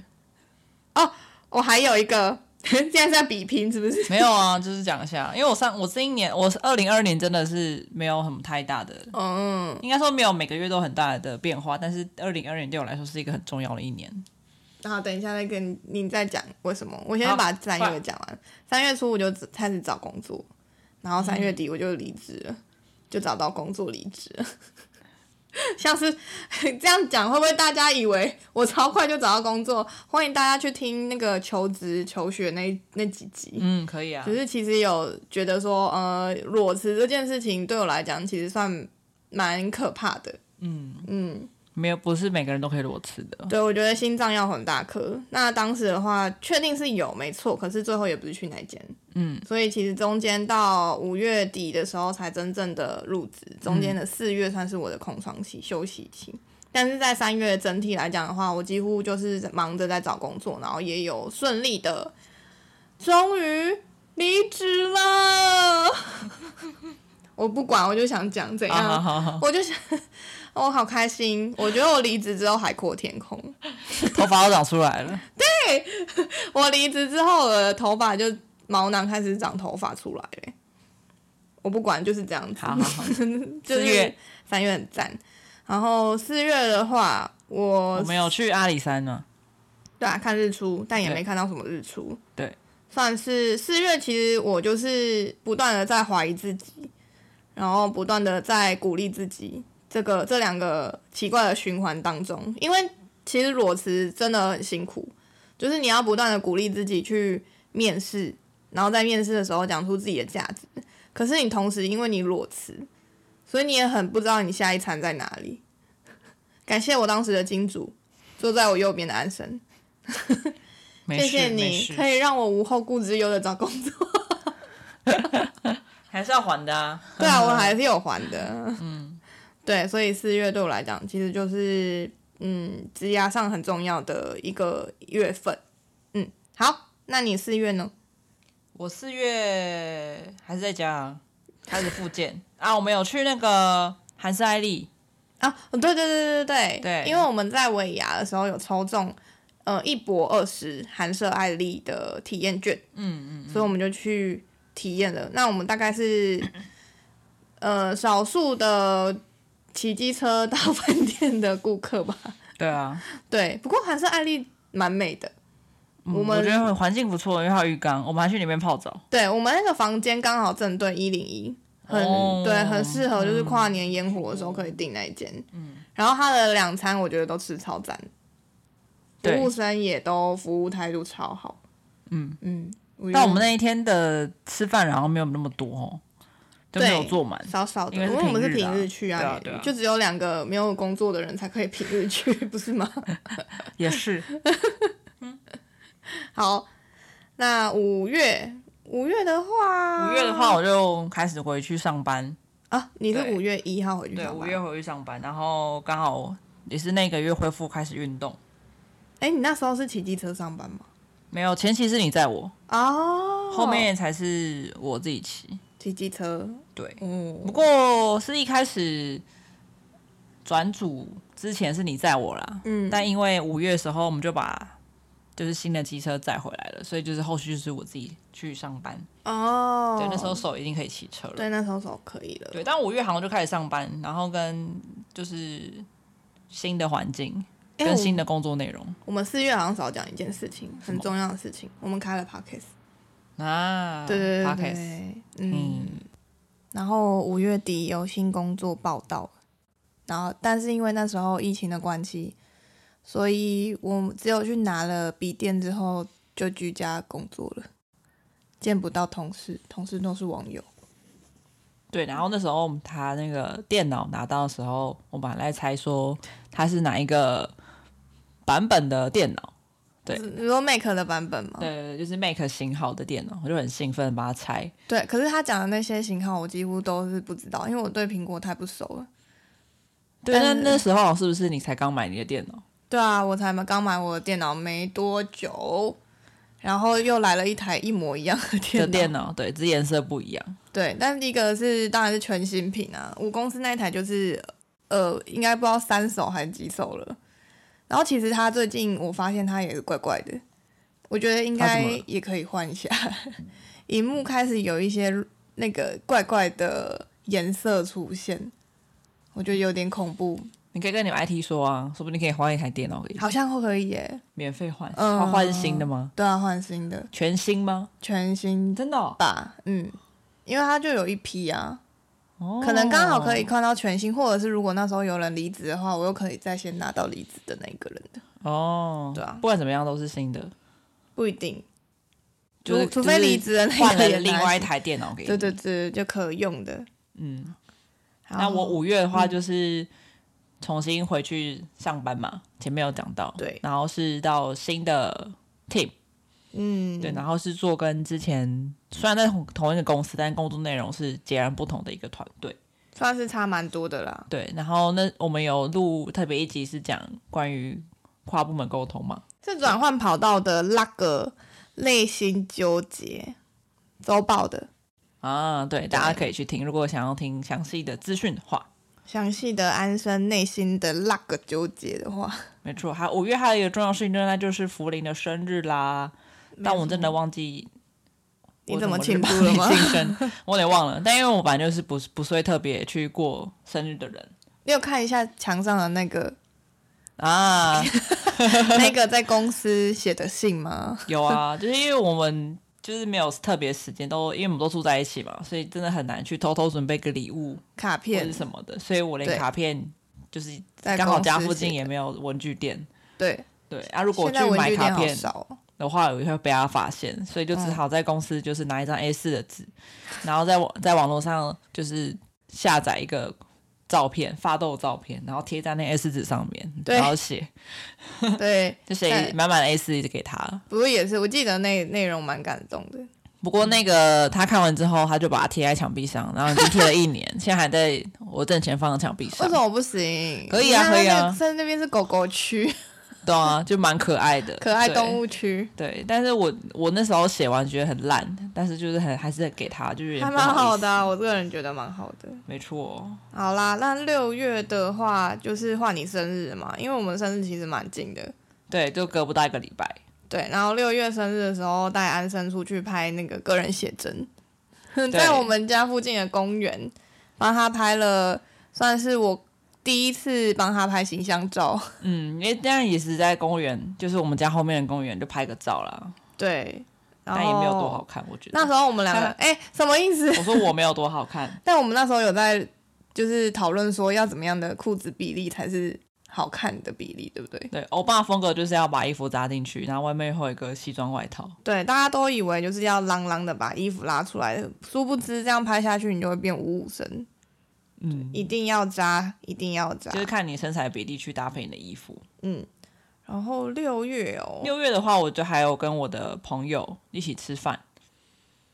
Speaker 1: 我还有一个， 现在是在比拼是不是？
Speaker 2: 没有啊，就是讲一下，因为我上我这一年，我二零二年真的是没有很太大的，
Speaker 1: 嗯，
Speaker 2: 应该说没有每个月都很大的变化，但是二零二年对我来说是一个很重要的一年。
Speaker 1: 然后等一下再跟你再讲为什么。我现在把三
Speaker 2: 快
Speaker 1: 月讲完，三月初我就开始找工作，然后三月底我就离职了，就找到工作离职 了。像是 这样讲，会不会大家以为我超快就找到工作？欢迎大家去听那个求职求学那那几集。
Speaker 2: 嗯，可以啊
Speaker 1: 只，是其实有觉得说，呃，裸辞这件事情对我来讲，其实算蛮可怕的。嗯
Speaker 2: 没有不是每个人都可以裸辞的。
Speaker 1: 对，我觉得心脏要很大颗。那当时的话，确定是有没错，可是最后也不是去哪间，
Speaker 2: 嗯，
Speaker 1: 所以其实中间到五月底的时候才真正的入职，中间的
Speaker 2: 嗯
Speaker 1: 四月算是我的空窗期、休息期。但是在三月整体来讲的话，我几乎就是忙着在找工作，然后也有顺利的，终于离职了。 我不管，我就想讲怎样，
Speaker 2: 啊，好好好，
Speaker 1: 我就想，我好开心。我觉得我离职之后海阔天空。
Speaker 2: 头发都长出来 了，
Speaker 1: 我离职之后，我的头发就毛囊开始长头发出来了。我不管，就是这样子。
Speaker 2: 好好好，
Speaker 1: 就是
Speaker 2: 四月
Speaker 1: 三月很赞，然后四月的话，我
Speaker 2: 我们有去阿里山呢。
Speaker 1: 对啊，看日出，但也
Speaker 2: 对
Speaker 1: 没看到什么日出。
Speaker 2: 对，
Speaker 1: 算是四月，其实我就是不断的在怀疑自己，然后不断的在鼓励自己，这个这两个奇怪的循环当中，因为其实裸辞真的很辛苦，就是你要不断的鼓励自己去面试，然后在面试的时候讲出自己的价值，可是你同时因为你裸辞，所以你也很不知道你下一餐在哪里。感谢我当时的金主，坐在我右边的安生。
Speaker 2: 没
Speaker 1: 谢
Speaker 2: 事
Speaker 1: 谢
Speaker 2: 没
Speaker 1: 你，可
Speaker 2: 事，嗯
Speaker 1: 以让我无后顾之忧的找工作。
Speaker 2: 还是要还的啊。
Speaker 1: 对啊，我还是有还的。嗯， 对，所以四月对我来讲，其实就是嗯，职涯上很重要的一个月份。嗯，好，那你四月呢？
Speaker 2: 我四月还是在家啊，开始复健啊。我们有去那个韩式艾丽，
Speaker 1: 啊，哦对对对对对
Speaker 2: 对
Speaker 1: 因为我们在尾牙的时候有抽中，呃，一博二十韩舍艾丽的体验券，嗯嗯，所以我们就去体验了。那我们大概是， 呃，少数的骑机车到饭店的顾客吧。
Speaker 2: 对啊，
Speaker 1: 对，不过韩舍艾丽蛮美的。
Speaker 2: 嗯
Speaker 1: 我们
Speaker 2: 我觉得环境不错，因为它有浴缸，我们还去里面泡澡。
Speaker 1: 对我们那个房间刚好正对一零一，很、
Speaker 2: 哦
Speaker 1: 对，很适合就是跨年烟火的时候可以订那一间。嗯，然后它的两餐我觉得都吃超赞，服
Speaker 2: 对
Speaker 1: 务生也都服务态度超好。
Speaker 2: 嗯
Speaker 1: 嗯，
Speaker 2: 但我们那一天的吃饭然后没有那么多哦，就没有
Speaker 1: 对
Speaker 2: 坐满。
Speaker 1: 少少的，
Speaker 2: 因为
Speaker 1: 因
Speaker 2: 是
Speaker 1: 为我们是
Speaker 2: 平日
Speaker 1: 平
Speaker 2: 啊
Speaker 1: 日去
Speaker 2: 对啊
Speaker 1: 美女
Speaker 2: 对啊
Speaker 1: 就只有两个没有工作的人才可以平日去，不是 吗？
Speaker 2: 也是，
Speaker 1: 好，那五月五月的话，
Speaker 2: 五月的话我就开始回去上班，
Speaker 1: 啊，你是
Speaker 2: 对
Speaker 1: 五月一号回去
Speaker 2: 对，
Speaker 1: 上
Speaker 2: 五
Speaker 1: 班
Speaker 2: 月。回去上班，然后刚好也是那个月恢复开始运动。
Speaker 1: 哎、你那时候是骑机车上班吗？
Speaker 2: 没有，前期是你载我，
Speaker 1: 哦，
Speaker 2: 后面才是我自己骑。
Speaker 1: 骑机车，
Speaker 2: 对，
Speaker 1: 嗯，
Speaker 2: 不过是一开始转组之前是你载我啦，
Speaker 1: 嗯
Speaker 2: 但因为五月的时候我们就把就是新的机车载回来了，所以就是后续就是我自己去上班。
Speaker 1: 哦，
Speaker 2: 对，那时候手已经可以骑车了。
Speaker 1: 对那时候手可以了，
Speaker 2: 对，但五月好像就开始上班，然后跟就是新的环境
Speaker 1: 哎
Speaker 2: 跟
Speaker 1: 我
Speaker 2: 新的工作内容、
Speaker 1: 我们四月好像少讲一件事情，很重要的事情，我们开了 podcast，
Speaker 2: 啊，
Speaker 1: 对对对
Speaker 2: podcast
Speaker 1: 对，嗯，
Speaker 2: 嗯，
Speaker 1: 然后五月底有新工作报道，然后但是因为那时候疫情的关系，所以我只有去拿了笔电之后就居家工作了，见不到同事，同事都是网友，
Speaker 2: 对，然后那时候他那个电脑拿到的时候，我本来在猜说他是哪一个版本的电脑，对
Speaker 1: 你说 Make 的版本吗？
Speaker 2: 对，就是 Mac 型号的电脑，我就很兴奋地把它拆。
Speaker 1: 对，可是他讲的那些型号我几乎都是不知道，因为我对苹果太不熟了。
Speaker 2: 对，那
Speaker 1: 但是
Speaker 2: 那时候是不是你才刚买你的电脑？
Speaker 1: 对啊，我才刚买我的电脑没多久，然后又来了一台一模一样的电
Speaker 2: 的
Speaker 1: 脑。
Speaker 2: 电脑，对，只是颜色不一样。
Speaker 1: 对，但一个是当然是全新品啊，我公司那一台就是呃，应该不知道三手还是几手了。然后其实它最近我发现它也是怪怪的，我觉得应
Speaker 2: 它
Speaker 1: 该
Speaker 2: 怎么了
Speaker 1: 也可以换一下， 荧幕开始有一些那个怪怪的颜色出现，我觉得有点恐怖，
Speaker 2: 你可以跟你们 IT 说啊，说不定可以换一台电脑给你，
Speaker 1: 好像会可以耶。
Speaker 2: 免费换，
Speaker 1: 嗯
Speaker 2: 要换新的吗？
Speaker 1: 对啊，换新的，
Speaker 2: 全新吗？
Speaker 1: 全新的
Speaker 2: 真的哦，
Speaker 1: 吧，嗯，因为它就有一批啊，
Speaker 2: 哦
Speaker 1: 可能刚好可以看到全新，或者是如果那时候有人离职的话，我又可以再先拿到离职的那一个人的，
Speaker 2: 哦，
Speaker 1: 对啊
Speaker 2: 不管怎么样都是新 的，
Speaker 1: 不一定，
Speaker 2: 就是
Speaker 1: 除除非离职的那
Speaker 2: 换
Speaker 1: 个
Speaker 2: 了
Speaker 1: 也拿
Speaker 2: 另外一，台电脑给你。
Speaker 1: 对对对，就可用的。
Speaker 2: 嗯，
Speaker 1: 然
Speaker 2: 那
Speaker 1: 后嗯
Speaker 2: 我五月的话就是重新回去上班嘛，前面有讲到，
Speaker 1: 对
Speaker 2: 然后是到新的 team，
Speaker 1: 嗯
Speaker 2: 对，然后是做跟之前虽然在同同一个公司，但工作内容是截然不同的一个团队。
Speaker 1: 算是差蛮多的啦，
Speaker 2: 对，然后那我们有录特别一集是讲关于跨部门沟通嘛，
Speaker 1: 是转换跑道的那个内心纠结，周报的
Speaker 2: 啊，对，大家可以去听，如果想要听详细的资讯的话。
Speaker 1: 详细的安身内心的那个纠结的话，
Speaker 2: 没错，还有五月还有一个重要事情，那就是福林的生日啦。但我真的忘记
Speaker 1: 你怎
Speaker 2: 我怎
Speaker 1: 么
Speaker 2: 么
Speaker 1: 庆祝了吗
Speaker 2: 庆生， 我有点忘了。但因为我本来就是不不是会特别去过生日的人
Speaker 1: 你有看一下墙上的那个
Speaker 2: 啊，
Speaker 1: 那个在公司写的信吗？
Speaker 2: 有啊，就是因为我们就是没有特别时间，都因为我们都住在一起嘛，所以真的很难去偷偷准备个礼物
Speaker 1: 卡
Speaker 2: 或者
Speaker 1: 片
Speaker 2: 什么的，所以我
Speaker 1: 对
Speaker 2: 连卡片就是
Speaker 1: 在
Speaker 2: 刚好
Speaker 1: 公司
Speaker 2: 家附近
Speaker 1: 写
Speaker 2: 也没有文具店。
Speaker 1: 对，
Speaker 2: 对啊，如果我
Speaker 1: 现
Speaker 2: 去
Speaker 1: 在文
Speaker 2: 买
Speaker 1: 具
Speaker 2: 卡
Speaker 1: 店好
Speaker 2: 片
Speaker 1: 少 哦，
Speaker 2: 的话，我也会被他发现，所以就只
Speaker 1: 嗯
Speaker 2: 好在公司就是拿一张 A 4的纸，然后在网在网络上就是下载一个照片，发豆照片，然后贴在那 A 4纸上面，
Speaker 1: 对
Speaker 2: 然后写，
Speaker 1: 对，
Speaker 2: 就写
Speaker 1: 对
Speaker 2: 满满的 A 4给他。
Speaker 1: 不过也是，我记得那内容蛮感动 的。
Speaker 2: 不过
Speaker 1: 嗯
Speaker 2: 那个他看完之后，他就把它贴在墙壁上，然后已经贴了一年，现在还在我正前方的墙壁
Speaker 1: 为
Speaker 2: 上
Speaker 1: 什。么不行？
Speaker 2: 可以啊可以啊
Speaker 1: 在那边是狗狗 区，
Speaker 2: 对啊，就蛮可爱的，
Speaker 1: 可爱
Speaker 2: 对
Speaker 1: 动。物区，
Speaker 2: 对，但是我我那时候写完觉得很烂，但是就是很还是给他，就是有点
Speaker 1: 还
Speaker 2: 不
Speaker 1: 蛮
Speaker 2: 好
Speaker 1: 好
Speaker 2: 意思
Speaker 1: 的啊、我这个人觉得蛮好的。
Speaker 2: 没错。
Speaker 1: 好啦，那六月的话就是换你生日嘛，因为我们生日其实蛮近的。
Speaker 2: 对，就隔不到一个礼拜。
Speaker 1: 对，然后六月生日的时候带安生出去拍那个个人写 真，在我们家附近的公园帮他拍了，算是我第一次帮他拍形象 照。
Speaker 2: 嗯，因为这样也是在公园，就是我们家后面的公园，就拍个照啦。
Speaker 1: 对，然后
Speaker 2: 但也没有多好。看，我觉
Speaker 1: 哦那
Speaker 2: 得。
Speaker 1: 时候我们两个，哎、什么意思？
Speaker 2: 我说我没有多好看，
Speaker 1: 但我们那时候有在就是讨论说要怎么样的裤子比例才是好看的比例，对不对？
Speaker 2: 对，欧巴风格就是要把衣服扎进去，然后外面会有一个西装外套。
Speaker 1: 对，大家都以为就是要啷啷的把衣服拉出来，殊不知这样拍下去你就会变五五身。
Speaker 2: 嗯，
Speaker 1: 一定啊要扎，一定要扎
Speaker 2: 就。是看你身材比例去搭配你的衣服。
Speaker 1: 嗯，然后六月哦，
Speaker 2: 六月的话，我就还有跟我的朋友一起吃饭，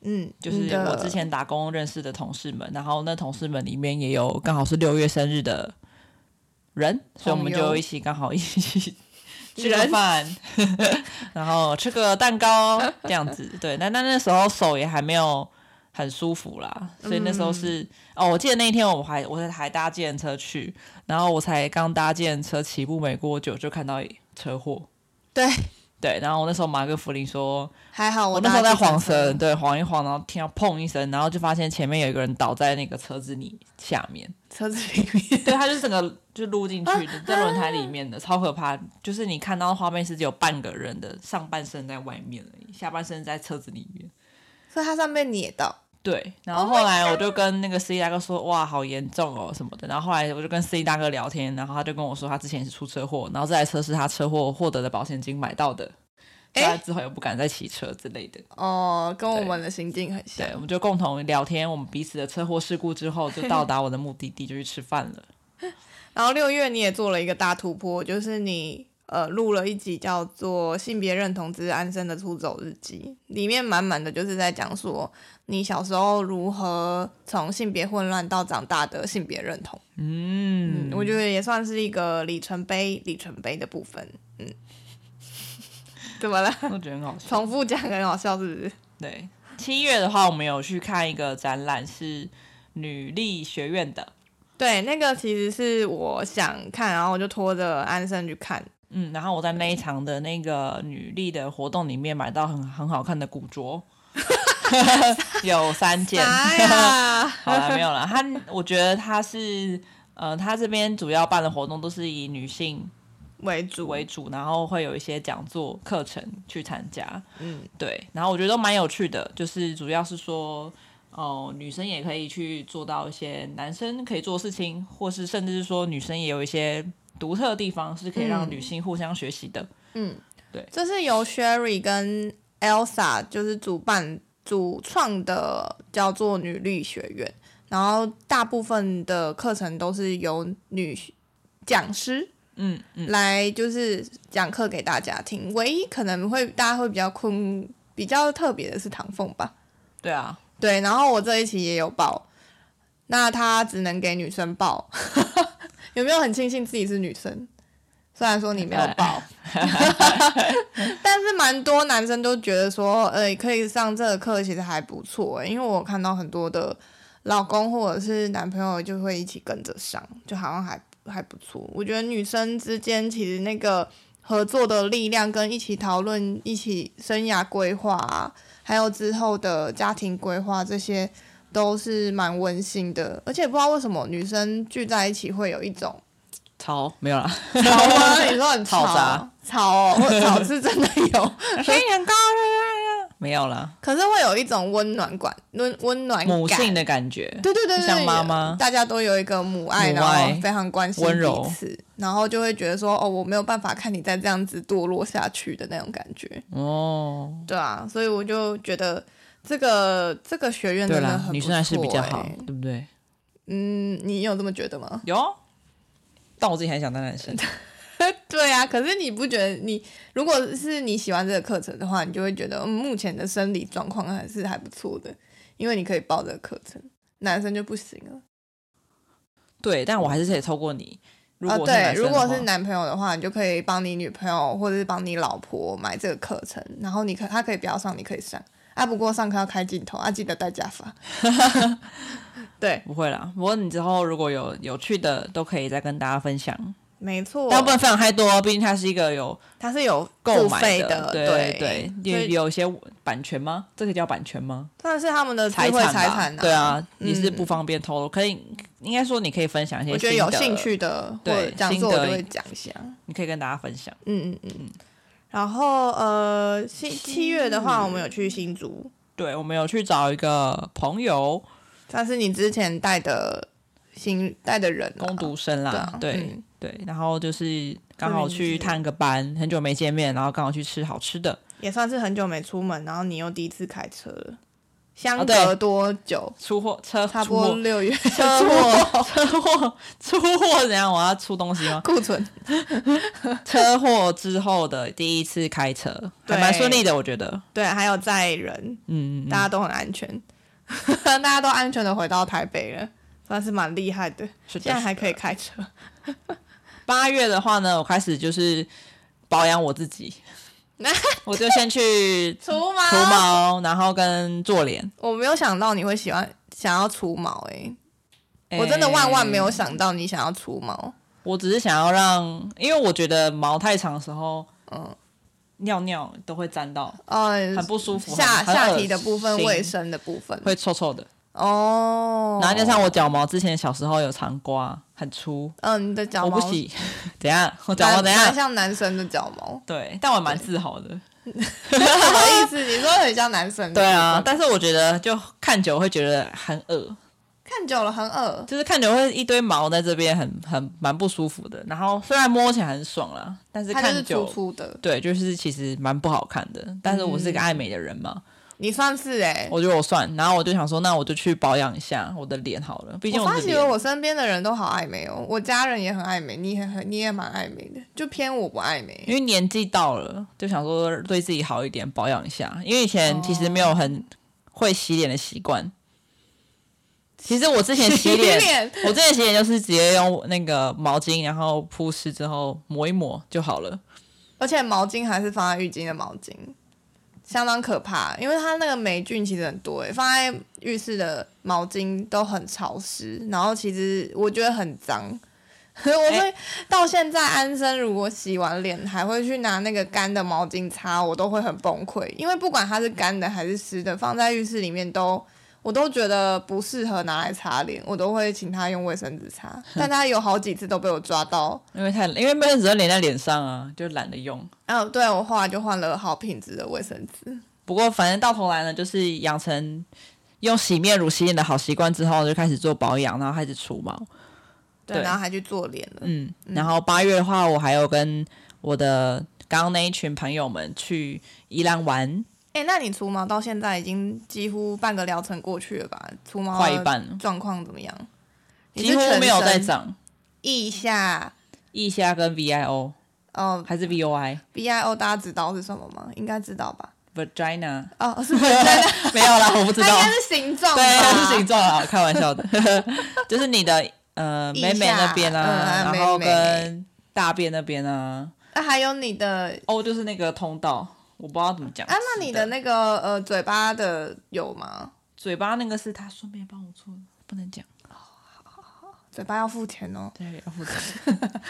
Speaker 1: 嗯，
Speaker 2: 就是
Speaker 1: 你的
Speaker 2: 我之前打工认识的同事们，然后那同事们里面也有刚好是六月生日的人，所以我们
Speaker 1: 朋友
Speaker 2: 就一起刚好一起吃个
Speaker 1: 人
Speaker 2: 饭， 然后吃个蛋糕这样子。对，那那那时候手也还没有很舒服啦，所以那时候
Speaker 1: 嗯
Speaker 2: 是、哦，我记得那一天我还我还搭计程车去，然后我才刚搭计程车起步没多久就看到车祸。
Speaker 1: 对，
Speaker 2: 对，然后我那时候马克弗林说，
Speaker 1: 还好
Speaker 2: 我那
Speaker 1: 搭
Speaker 2: 时候在
Speaker 1: 计程
Speaker 2: 晃
Speaker 1: 车
Speaker 2: 神，，对，晃一晃，然后听到砰一声，然后就发现前面有一个人倒在那个车子里下面，
Speaker 1: 车子里面，
Speaker 2: 对，他就整个就撸进去，在轮胎里面的，超可怕。就是你看到画面是只有半个人的上半身在外面而已，下半身在车子里面。
Speaker 1: 所以它上面碾到。
Speaker 2: 对，然后后来我就跟那个司机大哥说，哇，好严重哦什么的。然后后来我就跟司机大哥聊天，然后他就跟我说，他之前是出车祸，然后这台车是他车祸获得的保险金买到的，大
Speaker 1: 哎
Speaker 2: 家之后也不敢再骑车之类的。
Speaker 1: 哦，跟我们的行径很像
Speaker 2: 对，。我们就共同聊天，我们彼此的车祸事故之后，就到达我的目的地，就去吃饭 了。
Speaker 1: 然后六月你也做了一个大突破，就是你呃录了一集叫做《性别认同之安生的出走日记》，里面满满的就是在讲说你小时候如何从性别混乱到长大的性别认同。嗯，我觉得也算是一个里程碑里程碑的部分。嗯， 怎么了？
Speaker 2: 我觉得很好笑。
Speaker 1: 重复讲很好笑是不是？
Speaker 2: 对，七月的话，我们有去看一个展览，是女力学院的。
Speaker 1: 对，那个其实是我想看，然后我就拖着安生去看。
Speaker 2: 嗯，然后我在那一场的那个女力的活动里面买到很很好看的古 着，有三件。
Speaker 1: 哎呀，
Speaker 2: 好了，没有了。他我觉得他是呃，他这边主要办的活动都是以女性
Speaker 1: 为主
Speaker 2: 为主，然后会有一些讲座课程去参加。
Speaker 1: 嗯，
Speaker 2: 对，然后我觉得都蛮有趣的，就是主要是说。哦，女生也可以去做到一些男生可以做的事情，或是甚至是说女生也有一些独特的地方，是可以让
Speaker 1: 嗯
Speaker 2: 女性互相学习的。
Speaker 1: 这是由 Sherry 跟 Elsa 就是主办主创的，叫做女力学院。然后大部分的课程都是由女讲师
Speaker 2: 嗯嗯，
Speaker 1: 来就是讲课给大家听，唯一可能会大家会比较困比较特别的是唐凤吧，
Speaker 2: 对啊，
Speaker 1: 对。然后我这一期也有报，那他只能给女生报， 有没有很庆幸自己是女生？虽然说你没有报。
Speaker 2: 爆。
Speaker 1: 但是蛮多男生都觉得说，呃，可以上这个课其实还不错、欸，因为我看到很多的老公或者是男朋友就会一起跟着上，就好像还还不错。我觉得女生之间其实那个合作的力量跟一起讨论、一起生涯规划、啊，还有之后的家庭规划这些。都是蛮温馨的，而且不知道为什么女生聚在一起会有一种
Speaker 2: 超没有 啦，
Speaker 1: 吵吗？你说很吵
Speaker 2: 吵
Speaker 1: 啊
Speaker 2: 杂，
Speaker 1: 吵哦，我吵是真的有，
Speaker 2: 声音很高，
Speaker 1: 啊
Speaker 2: 没有啦，
Speaker 1: 可是会有一种温暖感，温温暖感
Speaker 2: 母性，的感觉。
Speaker 1: 对对对对，
Speaker 2: 像妈妈
Speaker 1: 大家都有一个母爱，
Speaker 2: 母
Speaker 1: 然
Speaker 2: 爱
Speaker 1: 后非常关心
Speaker 2: 温柔
Speaker 1: 彼此，然后就会觉得说，哦，我没有办法看你再这样子堕落下去的那种感觉，
Speaker 2: 哦，
Speaker 1: 对啊，所以我就觉得这个这个学院
Speaker 2: 对
Speaker 1: 真的
Speaker 2: 啦
Speaker 1: 很，不
Speaker 2: 女生还是比较好
Speaker 1: 错欸，
Speaker 2: 对不对？
Speaker 1: 嗯，你有这么觉得吗？
Speaker 2: 有，啊但我自己很想当男生。
Speaker 1: 对啊，可是你不觉得你如果是你喜欢这个课程的话，你就会觉得、嗯、目前的生理状况还是还不错的，因为你可以报这个课程，男生就不行了。
Speaker 2: 对，但我还是可以透过你。如
Speaker 1: 啊，
Speaker 2: 果是
Speaker 1: 对，
Speaker 2: 男生
Speaker 1: 如
Speaker 2: 的
Speaker 1: 果
Speaker 2: 话
Speaker 1: 是男朋友的话，你就可以帮你女朋友或者是帮你老婆买这个课程，然后你可他可以不要上，你可以上啊。不过上课要开镜头啊，记得戴假 发。对，
Speaker 2: 不会啦，不过你之后如果有有趣的，都可以再跟大家分享，
Speaker 1: 没错，
Speaker 2: 但不能分享太多哦，毕竟它是一个有
Speaker 1: 他是有
Speaker 2: 购
Speaker 1: 付
Speaker 2: 买
Speaker 1: 费的，
Speaker 2: 对
Speaker 1: 对
Speaker 2: 对，因
Speaker 1: 所
Speaker 2: 为
Speaker 1: 以
Speaker 2: 有一些版权吗？这个叫版权吗？
Speaker 1: 算是他们的智
Speaker 2: 财
Speaker 1: 慧
Speaker 2: 产吧，
Speaker 1: 财产、
Speaker 2: 对，啊，也是
Speaker 1: 嗯
Speaker 2: 不方便透露，可以应该说你可以分享一些，
Speaker 1: 我觉得有兴，趣的或
Speaker 2: 对
Speaker 1: 者讲
Speaker 2: 新
Speaker 1: 座，我
Speaker 2: 的
Speaker 1: 就会讲一下。
Speaker 2: 你可以跟大家分享。
Speaker 1: 嗯嗯嗯。然后呃，七七月的话，我们有去新竹，
Speaker 2: 对，我们有去找一个朋友，
Speaker 1: 算是你之前带的新带的人啊
Speaker 2: 工读生
Speaker 1: 对
Speaker 2: 啦
Speaker 1: 啊，
Speaker 2: 对、
Speaker 1: 嗯
Speaker 2: 对，然后就是刚好
Speaker 1: 认识
Speaker 2: 去探个班，很久没见面，然后刚好去吃好吃的，
Speaker 1: 也算是很久没出门，然后你又第一次开车了，相
Speaker 2: 哦对
Speaker 1: 隔多久？
Speaker 2: 出货车
Speaker 1: 差
Speaker 2: 出
Speaker 1: 不多
Speaker 2: 货
Speaker 1: 六 月
Speaker 2: 车祸车祸出货怎样？我要出东西
Speaker 1: ？
Speaker 2: 吗
Speaker 1: 库 存，
Speaker 2: 车祸之后的第一次开车，还
Speaker 1: 对
Speaker 2: 蛮顺利的，我觉得。
Speaker 1: 对，还有载人，
Speaker 2: 嗯，嗯
Speaker 1: 大家都很安全， 大家都安全的回到台北了，算是蛮厉害的。
Speaker 2: 是的
Speaker 1: 现在还可以
Speaker 2: 是的
Speaker 1: 开车，
Speaker 2: 八月的话呢，我开始就是保养我自 己，我就先去
Speaker 1: 除毛
Speaker 2: 除毛，然后跟做脸。
Speaker 1: 我没有想到你会喜欢想要除毛、欸，我真的万万没有想到你想要除毛。
Speaker 2: 我只是想要让，因为我觉得毛太长的时候，
Speaker 1: 嗯
Speaker 2: 嗯，尿尿都会沾到，
Speaker 1: 哦，
Speaker 2: 很不舒服，
Speaker 1: 下
Speaker 2: 很很
Speaker 1: 下
Speaker 2: 恶
Speaker 1: 体的部分、
Speaker 2: 心
Speaker 1: 卫生的部分，
Speaker 2: 会臭臭的。
Speaker 1: 哦，
Speaker 2: 然后加上我脚毛之前小时候有长刮，很粗，
Speaker 1: 嗯、你的脚
Speaker 2: 我
Speaker 1: 毛
Speaker 2: 不洗， 怎样？我脚
Speaker 1: 蛮
Speaker 2: 毛怎
Speaker 1: 蛮
Speaker 2: 样？，
Speaker 1: 像男生的脚毛
Speaker 2: 对，但我蛮自豪的。
Speaker 1: 什么
Speaker 2: 啊
Speaker 1: 意思？你说很像男生的？
Speaker 2: 对啊，，但是我觉得就看久会觉得很恶，
Speaker 1: 看久了很恶
Speaker 2: 就是看久会一堆毛在这边很很蛮不舒服的。然后虽然摸起来很爽啦，但是
Speaker 1: 它就
Speaker 2: 看
Speaker 1: 是
Speaker 2: 久
Speaker 1: 粗粗的。
Speaker 2: 对，就是其实蛮不好看的。但是我是个
Speaker 1: 嗯
Speaker 2: 爱美的人嘛，
Speaker 1: 你算是哎、
Speaker 2: 我觉得我算。然后我就想说，那我就去保养一下我的脸好了，毕竟
Speaker 1: 我
Speaker 2: 我
Speaker 1: 发
Speaker 2: 是
Speaker 1: 觉
Speaker 2: 脸
Speaker 1: 我身边的人都好爱美哦，我家人也很爱美，你也很你也蛮爱美的，就偏我不爱美。
Speaker 2: 因为年纪到了，就想说对自己好一点，保养一下。因为以前其实没有很会洗脸的习惯。其实我之前 洗脸，我之前洗脸就是直接用那个毛巾，然后铺湿之后抹一抹就好了。
Speaker 1: 而且毛巾还是放在浴巾的毛巾，相当可怕，因为它那个霉菌其实很多哎，放在浴室的毛巾都很潮湿，然后其实我觉得很脏。 我会到现在，安生如果洗完脸还会去拿那个干的毛巾擦，我都会很崩溃，因为不管它是干的还是湿的，放在浴室里面都我都觉得不适合拿来擦脸，我都会请他用卫生纸擦，但他有好几次都被我抓到
Speaker 2: 因为太因为没有只能脸在脸上啊，就懒得用。
Speaker 1: 啊，对我后来就换了好品质的卫生纸。
Speaker 2: 不过反正到头来呢，就是养成用洗面乳洗脸的好习惯之后，就开始做保养，然后开始除毛。
Speaker 1: 对，
Speaker 2: 对
Speaker 1: 然后还去做脸了。
Speaker 2: 嗯，然后八月的话，我还有跟我的刚刚那一群朋友们去宜兰玩，
Speaker 1: 哎、那你除毛到现在已经几乎半个疗程过去了吧？除毛
Speaker 2: 快一半了
Speaker 1: 状况怎么样？哦你
Speaker 2: 几
Speaker 1: 是
Speaker 2: 乎
Speaker 1: 全
Speaker 2: 没有在
Speaker 1: 身
Speaker 2: 长。
Speaker 1: 腋下，
Speaker 2: 腋下跟 VIO
Speaker 1: 哦
Speaker 2: 还是
Speaker 1: ，B I O 大家知道是什么吗？应该知道吧？
Speaker 2: VOI，vagina
Speaker 1: 哦，是它
Speaker 2: 没有啦，啊我不知
Speaker 1: 应
Speaker 2: 道。
Speaker 1: 该是形状吧，
Speaker 2: 对，它是形状啊，开玩笑的， 就是你的呃
Speaker 1: 腋下
Speaker 2: 美美那边啊，
Speaker 1: 嗯
Speaker 2: 然后
Speaker 1: 妹妹
Speaker 2: 跟大便那边啊，
Speaker 1: 那还有你的
Speaker 2: 哦，就是那个通道，我不知道怎么讲。
Speaker 1: 啊，那你的那个呃嘴巴的有吗？
Speaker 2: 嘴巴那个是他顺便帮我做的，不能讲，
Speaker 1: 嘴巴要付钱哦。
Speaker 2: 对，要负责。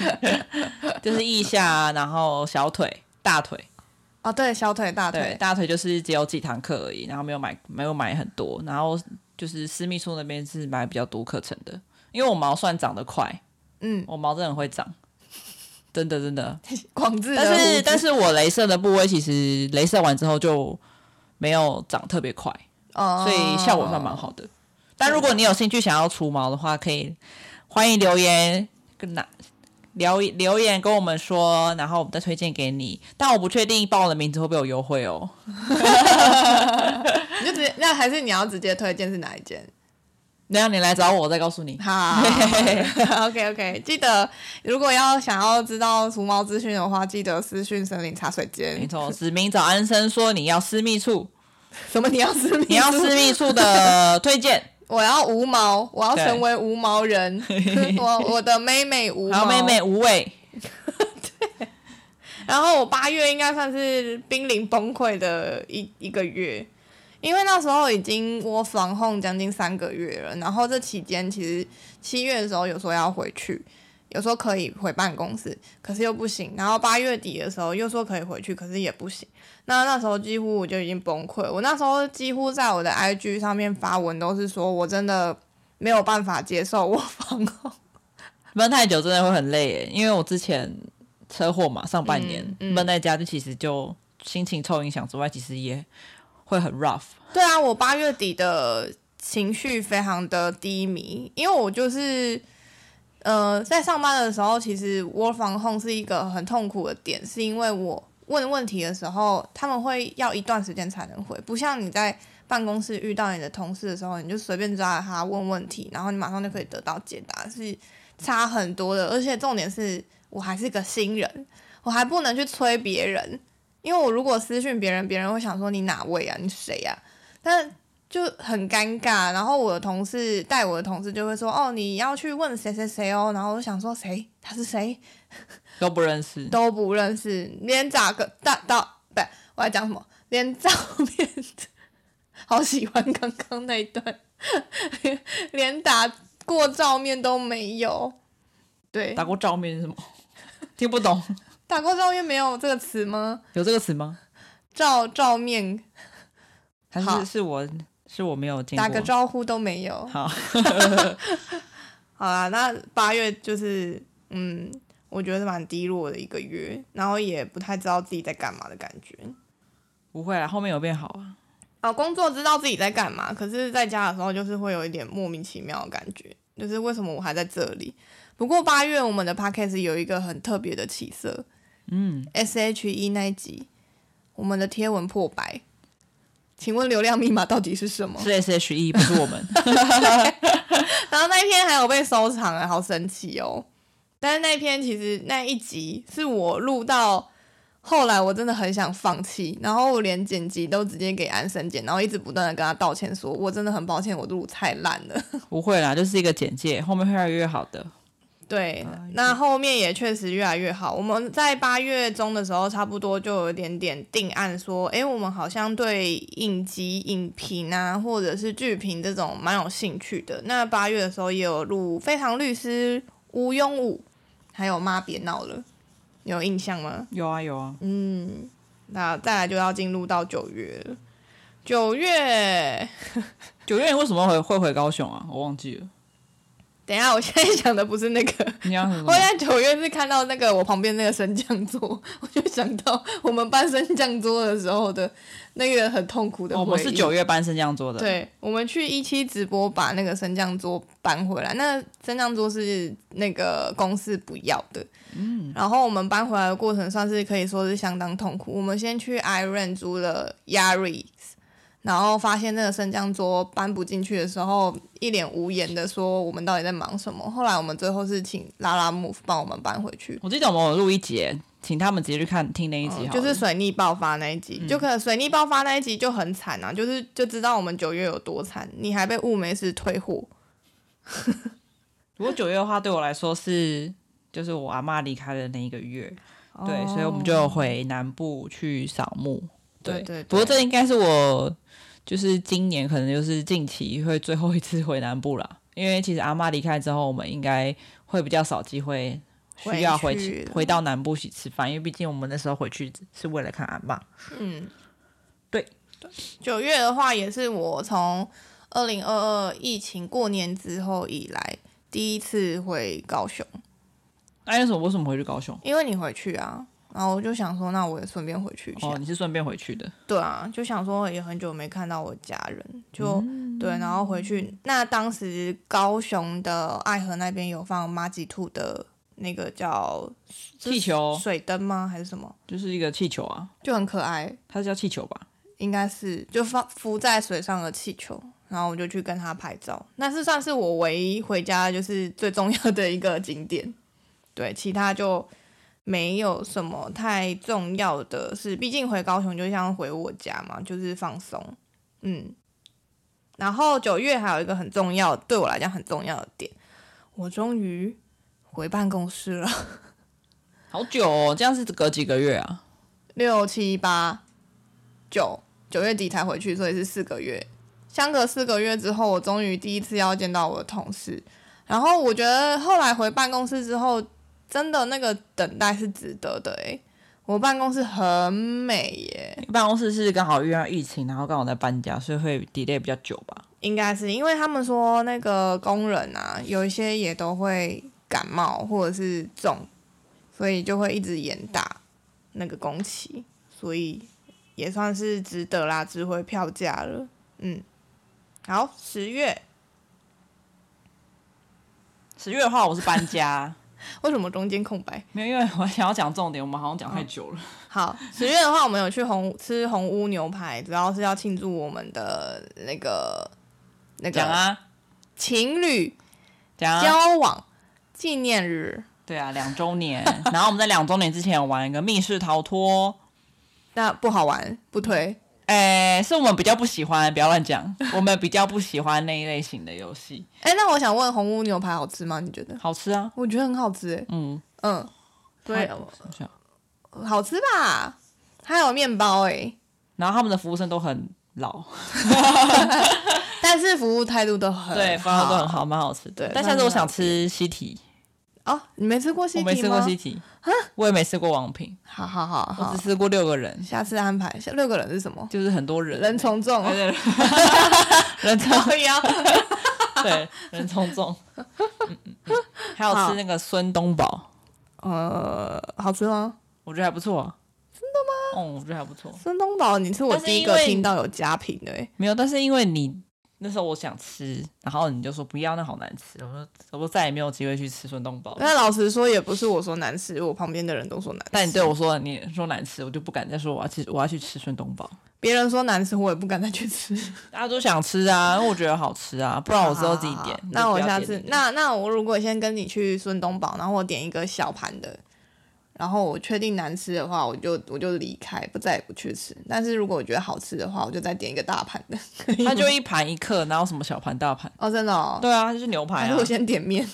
Speaker 2: 就是腋下，啊然后小腿、大腿，
Speaker 1: 哦，对，小腿、大
Speaker 2: 对，
Speaker 1: 腿，
Speaker 2: 大腿就是只有几堂课而已，然后没有买，没有买很多，然后就是私密处那边是买比较多课程的，因为我毛算长得快，
Speaker 1: 嗯，
Speaker 2: 我毛真的很会长，真的真的，
Speaker 1: 广智的哦
Speaker 2: 但
Speaker 1: 胡
Speaker 2: 是
Speaker 1: 子
Speaker 2: 但是我镭射的部位其实镭射完之后就没有长特别快，
Speaker 1: 哦，
Speaker 2: 所以效果算蛮好的。但如果你有兴趣想要除毛的话，可以欢迎留言跟哪留留言跟我们说，然后我们再推荐给你。但我不确定报我的名字会不会有优惠哦。
Speaker 1: 你就直接，那还是你要直接推荐是哪一间？
Speaker 2: 然后你来找我，我再告诉你。
Speaker 1: 好 ，OK OK，记得如果要想要知道除毛资讯的话，记得私讯森林茶水
Speaker 2: 没
Speaker 1: 间。
Speaker 2: 错，指名找安生说你要私密处，
Speaker 1: 什么？你要私密？
Speaker 2: 你要私？密处 的推荐，
Speaker 1: 我要无毛，我要
Speaker 2: 对
Speaker 1: 成为无毛人。我我的妹妹无
Speaker 2: 然
Speaker 1: 毛，
Speaker 2: 后妹妹。无畏，
Speaker 1: 然后我八月应该算是濒临崩溃的一一个月，因为那时候已经我防控将近三个月了。然后这期间其实七月的时候有说要回去，有说可以回办公室，可是又不行。然后八月底的时候又说可以回去，可是也不行。那那时候几乎我就已经崩溃了，我那时候几乎在我的 IG 上面发文都是说我真的没有办法接受我防控。
Speaker 2: 闷太久真的会很累耶，因为我之前车祸嘛，上半年
Speaker 1: 嗯嗯
Speaker 2: 闷、在家，就其实就心情受影响之外，其实也会很 rough。
Speaker 1: 对啊，我八月底的情绪非常的低迷，因为我就是，呃，在上班的时候，其实 work from home 是一个很痛苦的点，是因为我问问题的时候，他们会要一段时间才能回，不像你在办公室遇到你的同事的时候，你就随便抓着他问问题，然后你马上就可以得到解答，是差很多的。而且重点是我还是个新人，我还不能去催别人。因为我如果私讯别人，别人会想说你哪位啊，你谁啊？但就很尴尬。然后我的同事带我的同事就会说：“哦，你要去问谁谁谁哦。”然后我就想说谁他是谁
Speaker 2: 都不认识，
Speaker 1: 都不认识，连咋个大到不是我在讲什么，连照片好喜欢刚刚那一段，连连打过照面都没有。对，
Speaker 2: 打过照面是什么？ 听不 懂，
Speaker 1: 打过照面没有这个词吗？
Speaker 2: 有这个词吗？
Speaker 1: 照照面
Speaker 2: 还
Speaker 1: 好
Speaker 2: 是是我是我没有听过？
Speaker 1: 打个招呼都没有。
Speaker 2: 好，
Speaker 1: 好啦，那八月就是嗯，我觉得是蛮低落的一个月，然后也不太知道自己在干嘛的感觉。
Speaker 2: 不会啦，后面有变好啊。
Speaker 1: 啊，工作知道自己在干嘛，可是在家的时候就是会有一点莫名其妙的感觉，就是为什么我还在这里？不过八月我们的 podcast 有一个很特别的起色
Speaker 2: 嗯，
Speaker 1: ，S H E 那一集，我们的贴文破百，请问流量密码到底是什么？
Speaker 2: 是 S H E，不是 我们。
Speaker 1: 然后那一篇还有被收藏啊了，好神奇哦！但是那一篇其实那一集是我录到后来，我真的很想放弃，然后我连剪辑都直接给安生剪，然后一直不断的跟他道歉说，我真的很抱歉，我录太烂了。
Speaker 2: 不会啦，就是一个简介，后面会越来越好的。
Speaker 1: 对，那后面也确实越来越好。我们在八月中的时候，差不多就有一点点定案，说，诶，我们好像对影集、影评啊，或者是剧评这种蛮有兴趣的。那八月的时候也有录《非常律师》《吴庸武》，还有《妈别闹了》，你有印象吗？
Speaker 2: 有啊有啊，
Speaker 1: 嗯，那再来就要进入到九月 了。九月，
Speaker 2: 九月你为什么会会回高雄啊？我忘记了。
Speaker 1: 等一下，我现在想的不是那个。
Speaker 2: 你讲什么
Speaker 1: 我？在九月是看到那个我旁边那个升降桌，我就想到我们办升降桌的时候的那个很痛苦的
Speaker 2: 哦
Speaker 1: 回忆。
Speaker 2: 我们是九月班升降桌的。，
Speaker 1: 对，我们去一期直播把那个升降桌搬回来，那升降桌是那个公司不要的，嗯，然后我们搬回来的过程算是可以说是相当痛苦。我们先去 Iron 租了 Yaris，然后发现那个升降桌搬不进去的时候，一脸无言的说我们到底在忙什么。后来我们最后是请拉拉 Move 帮我们搬回去，嗯
Speaker 2: 我记得我们有录一节，请他们直接去看听那一集好了、
Speaker 1: 哦
Speaker 2: 嗯
Speaker 1: 就是水逆爆发那一集，就可能水逆爆发那一集就很惨啊，就是就知道我们九月有多惨，你还被雾眉师退货，
Speaker 2: 不过九月的话，对我来说是就是我阿妈离开的那一个月，对，所以我们
Speaker 1: 哦
Speaker 2: 就回南部去扫墓。
Speaker 1: 对对对
Speaker 2: 不过这应该是我就是今年可能就是近期会最后一次回南部啦，因为其实阿妈离开之后，我们应该会比较少机会需要回
Speaker 1: 回去了
Speaker 2: 回到南部一起吃饭，因为毕竟我们那时候回去是为了看阿妈。
Speaker 1: 嗯，
Speaker 2: 对。
Speaker 1: 九月的话，也是我从二零二二疫情过年之后以来第一次回高雄，
Speaker 2: 那、为什么为什么回去高雄？
Speaker 1: 因为你回去啊，然后我就想说，那我也顺便回去一下。啊
Speaker 2: 哦，你是顺便回去的，
Speaker 1: 对啊，就想说也很久没看到我家人，就、
Speaker 2: 嗯
Speaker 1: 对，然后回去。那当时高雄的爱河那边有放马吉兔的那个叫
Speaker 2: 气球
Speaker 1: 水灯吗？还是什么？
Speaker 2: 就是一个气球啊，
Speaker 1: 就很可爱，
Speaker 2: 它叫气球吧？
Speaker 1: 应该是就放浮在水上的气球。然后我就去跟他拍照，那是算是我唯一回家就是最重要的一个景点。对，其他就没有什么太重要的事，毕竟回高雄就像回我家嘛，就是放松。嗯，然后九月还有一个很重要，对我来讲很重要的点，我终于回办公室了，
Speaker 2: 好久哦，这样是隔几个月啊？
Speaker 1: 六七八九九月底才回去，所以是四个月。相隔四个月之后，我终于第一次要见到我的同事。然后我觉得后来回办公室之后，真的那个等待是值得的诶、我办公室很美耶，
Speaker 2: 办公室是刚好遇到疫情，然后刚好在搬家，所以会 delay 比较久吧。
Speaker 1: 应该是因为他们说那个工人啊，有一些也都会感冒或者是重，所以就会一直延打那个工期，所以也算是值得啦，值回票价了。嗯，好，十月
Speaker 2: 十月的话，我是搬家，
Speaker 1: 为什么中间空白？
Speaker 2: 没有，因为我想要讲重点，我们好像讲太久了。
Speaker 1: 好，十月的话，我们有去红吃红屋牛排，主要是要庆祝我们的那个那
Speaker 2: 讲
Speaker 1: 个
Speaker 2: 啊，
Speaker 1: 情侣
Speaker 2: 讲啊，
Speaker 1: 交往纪念日。
Speaker 2: 对啊，两周 年。然后我们在两周年之前有玩一个密室逃脱，
Speaker 1: 那不好玩，不推。
Speaker 2: 哎，是我们比较不喜欢，不要乱讲，我们比较不喜欢那一类型的游戏。
Speaker 1: 哎、那我想问，红屋牛排好吃吗？你觉得？
Speaker 2: 好吃啊，
Speaker 1: 我觉得很好吃、欸，
Speaker 2: 嗯，
Speaker 1: 嗯，对，
Speaker 2: 好吃啊
Speaker 1: 好吃吧？还有面包、欸，
Speaker 2: 然后他们的服务生都很老，
Speaker 1: 但是服务态度都很
Speaker 2: 对，服务都很好，蛮好吃的
Speaker 1: 对。
Speaker 2: 但下次我想吃西提，
Speaker 1: 哦。你没吃过西
Speaker 2: 我
Speaker 1: 提吗？
Speaker 2: 没吃过西提，我也没吃过王品，
Speaker 1: 好好好
Speaker 2: 我
Speaker 1: 好
Speaker 2: 只，吃过六个人，
Speaker 1: 下次安排。下六个人是什么？
Speaker 2: 就是很多人
Speaker 1: 人从众
Speaker 2: 对，对对人 从
Speaker 1: 可以啊。
Speaker 2: 对人从 众，嗯嗯嗯还有吃那个孙东宝，
Speaker 1: 呃，好吃吗？
Speaker 2: 我觉得还不错。真的吗？哦，我觉得还不错。
Speaker 1: 孙东宝，你是我
Speaker 2: 但是
Speaker 1: 第一
Speaker 2: 因
Speaker 1: 个
Speaker 2: 为
Speaker 1: 听到有加评的、欸，
Speaker 2: 没有，但是因为你那时候我想吃，然后你就说不要，那好难吃。我说我说再也没有机会去吃孙东宝了。
Speaker 1: 但老实说，也不是我说难吃，我旁边的人都说难吃。
Speaker 2: 但你对我说你说难吃，我就不敢再说我要去我要去吃孙东宝。
Speaker 1: 别人说难吃，我也不敢再去吃。
Speaker 2: 大家都想吃啊，因为我觉得好吃啊，不然我之后自己点。你就
Speaker 1: 那
Speaker 2: 不
Speaker 1: 我
Speaker 2: 要
Speaker 1: 下
Speaker 2: 点
Speaker 1: 次
Speaker 2: 你，的
Speaker 1: 那那我如果先跟你去孙东宝，然后我点一个小盘的，然后我确定难吃的话，我就我就离开，不再也不去吃。但是如果我觉得好吃的话，我就再点一个大盘的。可以吗
Speaker 2: 它就一盘一克，哪有什么小盘大盘？
Speaker 1: 哦，真的哦。
Speaker 2: 对啊，它就是牛排
Speaker 1: 还 是
Speaker 2: 啊
Speaker 1: 我。先点面，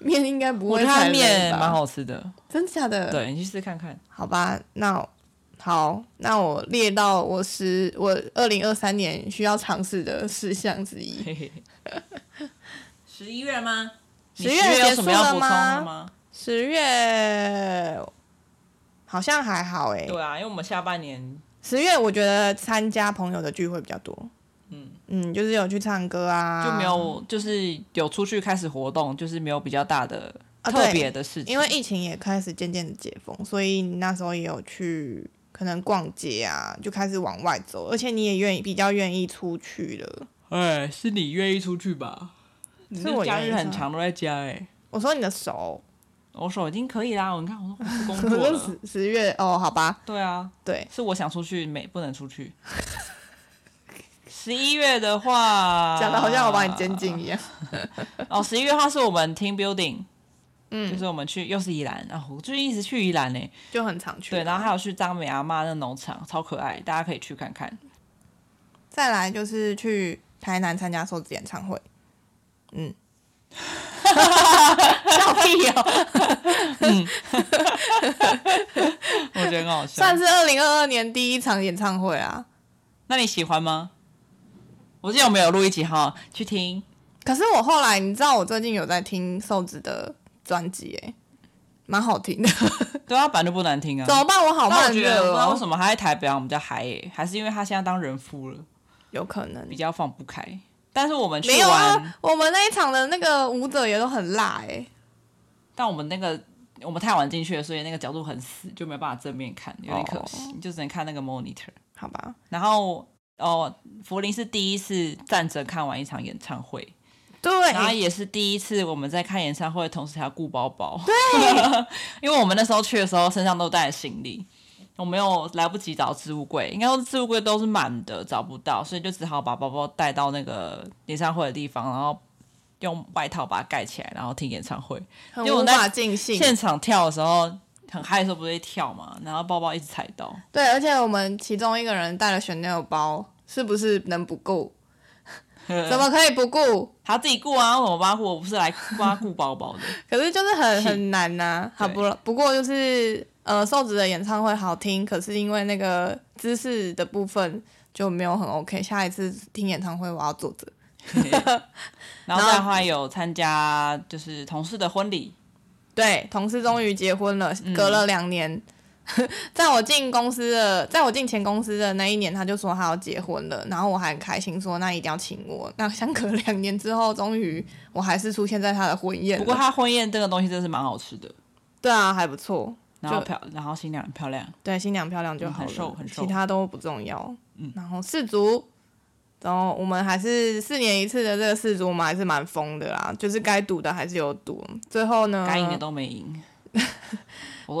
Speaker 1: 面应该不
Speaker 2: 我
Speaker 1: 会
Speaker 2: 觉得它
Speaker 1: 太
Speaker 2: 的
Speaker 1: 累
Speaker 2: 面
Speaker 1: 吧
Speaker 2: 蛮，好吃的，
Speaker 1: 真假的？，
Speaker 2: 对你去试看看。
Speaker 1: 好吧，那好，那我列到我十我二零二三年需要尝试的事项之一。
Speaker 2: 嘿嘿嘿十一月吗？你
Speaker 1: 十
Speaker 2: 十
Speaker 1: 月
Speaker 2: 月
Speaker 1: 结
Speaker 2: 有什
Speaker 1: 束
Speaker 2: 么要
Speaker 1: 了
Speaker 2: 补充的
Speaker 1: 吗
Speaker 2: 吗？
Speaker 1: 十月好像还好哎、
Speaker 2: 对啊，因为我们下半年
Speaker 1: 十月我觉得参加朋友的聚会比较多。
Speaker 2: 嗯
Speaker 1: 嗯，就是有去唱歌啊，
Speaker 2: 就没有，就是有出去开始活动，就是没有比较大的
Speaker 1: 啊
Speaker 2: 特
Speaker 1: 对
Speaker 2: 别的事情。
Speaker 1: 因为疫情也开始渐渐的解封，所以你那时候也有去可能逛街啊，就开始往外走，而且你也愿意比较愿意出去了。
Speaker 2: 哎，是你愿意出去吧？嗯你
Speaker 1: 是我
Speaker 2: 那假
Speaker 1: 愿意
Speaker 2: 日很
Speaker 1: 出
Speaker 2: 长都在家哎、
Speaker 1: 我说你的 手，
Speaker 2: 我手已经可以啦，我你看我都回去工
Speaker 1: 我
Speaker 2: 作
Speaker 1: 说
Speaker 2: 了。
Speaker 1: 十十月哦，好吧，
Speaker 2: 对啊，
Speaker 1: 对，
Speaker 2: 是我想出去，没不能出 去。十一月的话，
Speaker 1: 讲的好像我把你监禁一样。
Speaker 2: 哦。十一月的话是我们 team building，嗯，就是我们去又是宜兰，然后我就一直去宜兰哎呢、
Speaker 1: 就很常去。
Speaker 2: 对，然后还有去张美阿妈那农场，超可爱，大家可以去看看。
Speaker 1: 再来就是去台南参加瘦子演唱会。嗯，笑 屁哦！
Speaker 2: 嗯我觉得很好笑。
Speaker 1: 算是二零二二年第一场演唱会啊。
Speaker 2: 那你喜欢吗？我记得我们有录一集哈，去听。
Speaker 1: 可是我后来，你知道我最近有在听瘦子的专辑，哎，蛮好听的。
Speaker 2: 对啊，本来就不难听啊。
Speaker 1: 怎么办？我好
Speaker 2: 但我
Speaker 1: 慢
Speaker 2: 觉得
Speaker 1: 热
Speaker 2: 不知道为
Speaker 1: 哦。
Speaker 2: 什么他在台北我们叫嗨耶，还是因为他现在当人夫了，
Speaker 1: 有可能
Speaker 2: 比较放不开。但是我们去
Speaker 1: 没有
Speaker 2: 玩，
Speaker 1: 啊。我们那一场的那个舞者也都很辣，哎，
Speaker 2: 但我们那个我们太晚进去了，所以那个角度很死，就没有办法正面看，有点
Speaker 1: 哦
Speaker 2: 可惜，就只能看那个 monitor。
Speaker 1: 好吧，
Speaker 2: 然后哦，福林是第一次站着看完一场演唱会，然后
Speaker 1: 对，
Speaker 2: 也是第一次我们在看演唱会，同时还要顾包包。对， 因为我们那时候去的时候身上都带了行李，我没有来不及找置物柜，应该说置物柜都是满的，找不到，所以就只好把包包带到那个演唱会的地方，然后用外套把它盖起来，然后听演唱会。
Speaker 1: 很
Speaker 2: 就我
Speaker 1: 无
Speaker 2: 那
Speaker 1: 法尽兴。
Speaker 2: 现场跳的时候很嗨的时候不是会跳嘛，然后包包一直踩到，
Speaker 1: 对，而且我们其中一个人带了 Chanel 包，是不是能不 顾？怎么可以不顾？
Speaker 2: 他自己顾啊，我怎么帮他顾？我不是来帮他顾包包的。
Speaker 1: 可是就是很
Speaker 2: 是
Speaker 1: 很难呐、好
Speaker 2: 对
Speaker 1: 不不过就是呃，瘦子的演唱会好听，可是因为那个姿势的部分就没有很 OK。下一次听演唱会我要坐着。
Speaker 2: 然后再还有参加就是同事的婚礼，
Speaker 1: 对，同事终于结婚了，
Speaker 2: 嗯
Speaker 1: 隔了两年。 在我进公司的，在我进前公司的那一年，他就说他要结婚了，然后我还很开心说那一定要请我。那相隔两年之后，终于我还是出现在他的婚宴了。
Speaker 2: 不过他婚宴这个东西真的是蛮好吃的，
Speaker 1: 对啊，还不错。
Speaker 2: 然后漂，然后新娘很漂亮，
Speaker 1: 对，新娘漂亮就
Speaker 2: 嗯
Speaker 1: 好
Speaker 2: 很
Speaker 1: 了，
Speaker 2: 瘦很瘦
Speaker 1: 其他都不重要。
Speaker 2: 嗯
Speaker 1: 然后氏族，然后我们还是四年一次的这个氏族，我们还是蛮疯的啦，就是该赌的还是有赌。最后呢，
Speaker 2: 该赢的都 没赢。我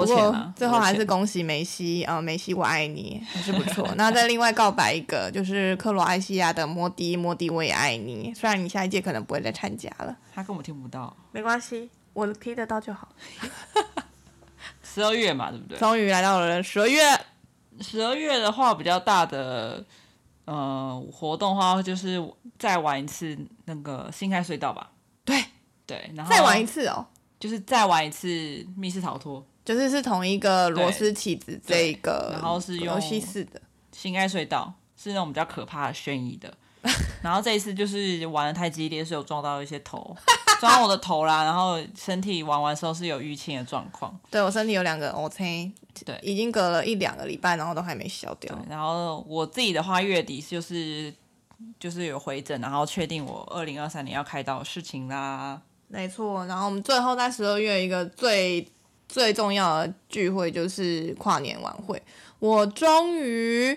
Speaker 1: 嗯不
Speaker 2: 多钱
Speaker 1: 过
Speaker 2: 啊？
Speaker 1: 最后还是
Speaker 2: 我多
Speaker 1: 恭喜梅西啊、呃梅西我爱你，还是不 错。那再另外告白一个，就是克罗埃西亚的摩迪，摩迪我也爱你。虽然你下一届可能不会再参加了，
Speaker 2: 钱他根本听不到。
Speaker 1: 没关系，我踢得到就好。
Speaker 2: 十二月嘛，对不对？
Speaker 1: 终于来到了十二月，
Speaker 2: 十二月的话，比较大的呃活动的话，就是再玩一次那个新开隧道吧。
Speaker 1: 对
Speaker 2: 对，然后
Speaker 1: 再玩一，次哦。
Speaker 2: 就是再玩一次密室逃脱。
Speaker 1: 就是是同一个螺丝起子这一个
Speaker 2: 对，然后是用
Speaker 1: 游戏式的，
Speaker 2: 新爱隧道是那种比较可怕的悬疑的。 然后这一次就是玩的太激烈，所以我撞到一些头， 撞到我的头啦，然后身体玩完之后是有淤青的状况，
Speaker 1: 对我身体有两个 O C，
Speaker 2: 对
Speaker 1: 已经隔了一两个礼拜，然后都还没消掉
Speaker 2: 对。然后我自己的话，月底就是就是有回诊，然后确定我二零二三年要开刀的事情啦。
Speaker 1: 没错，然后我们最后在十二月一个最最重要的聚会就是跨年晚会。我终于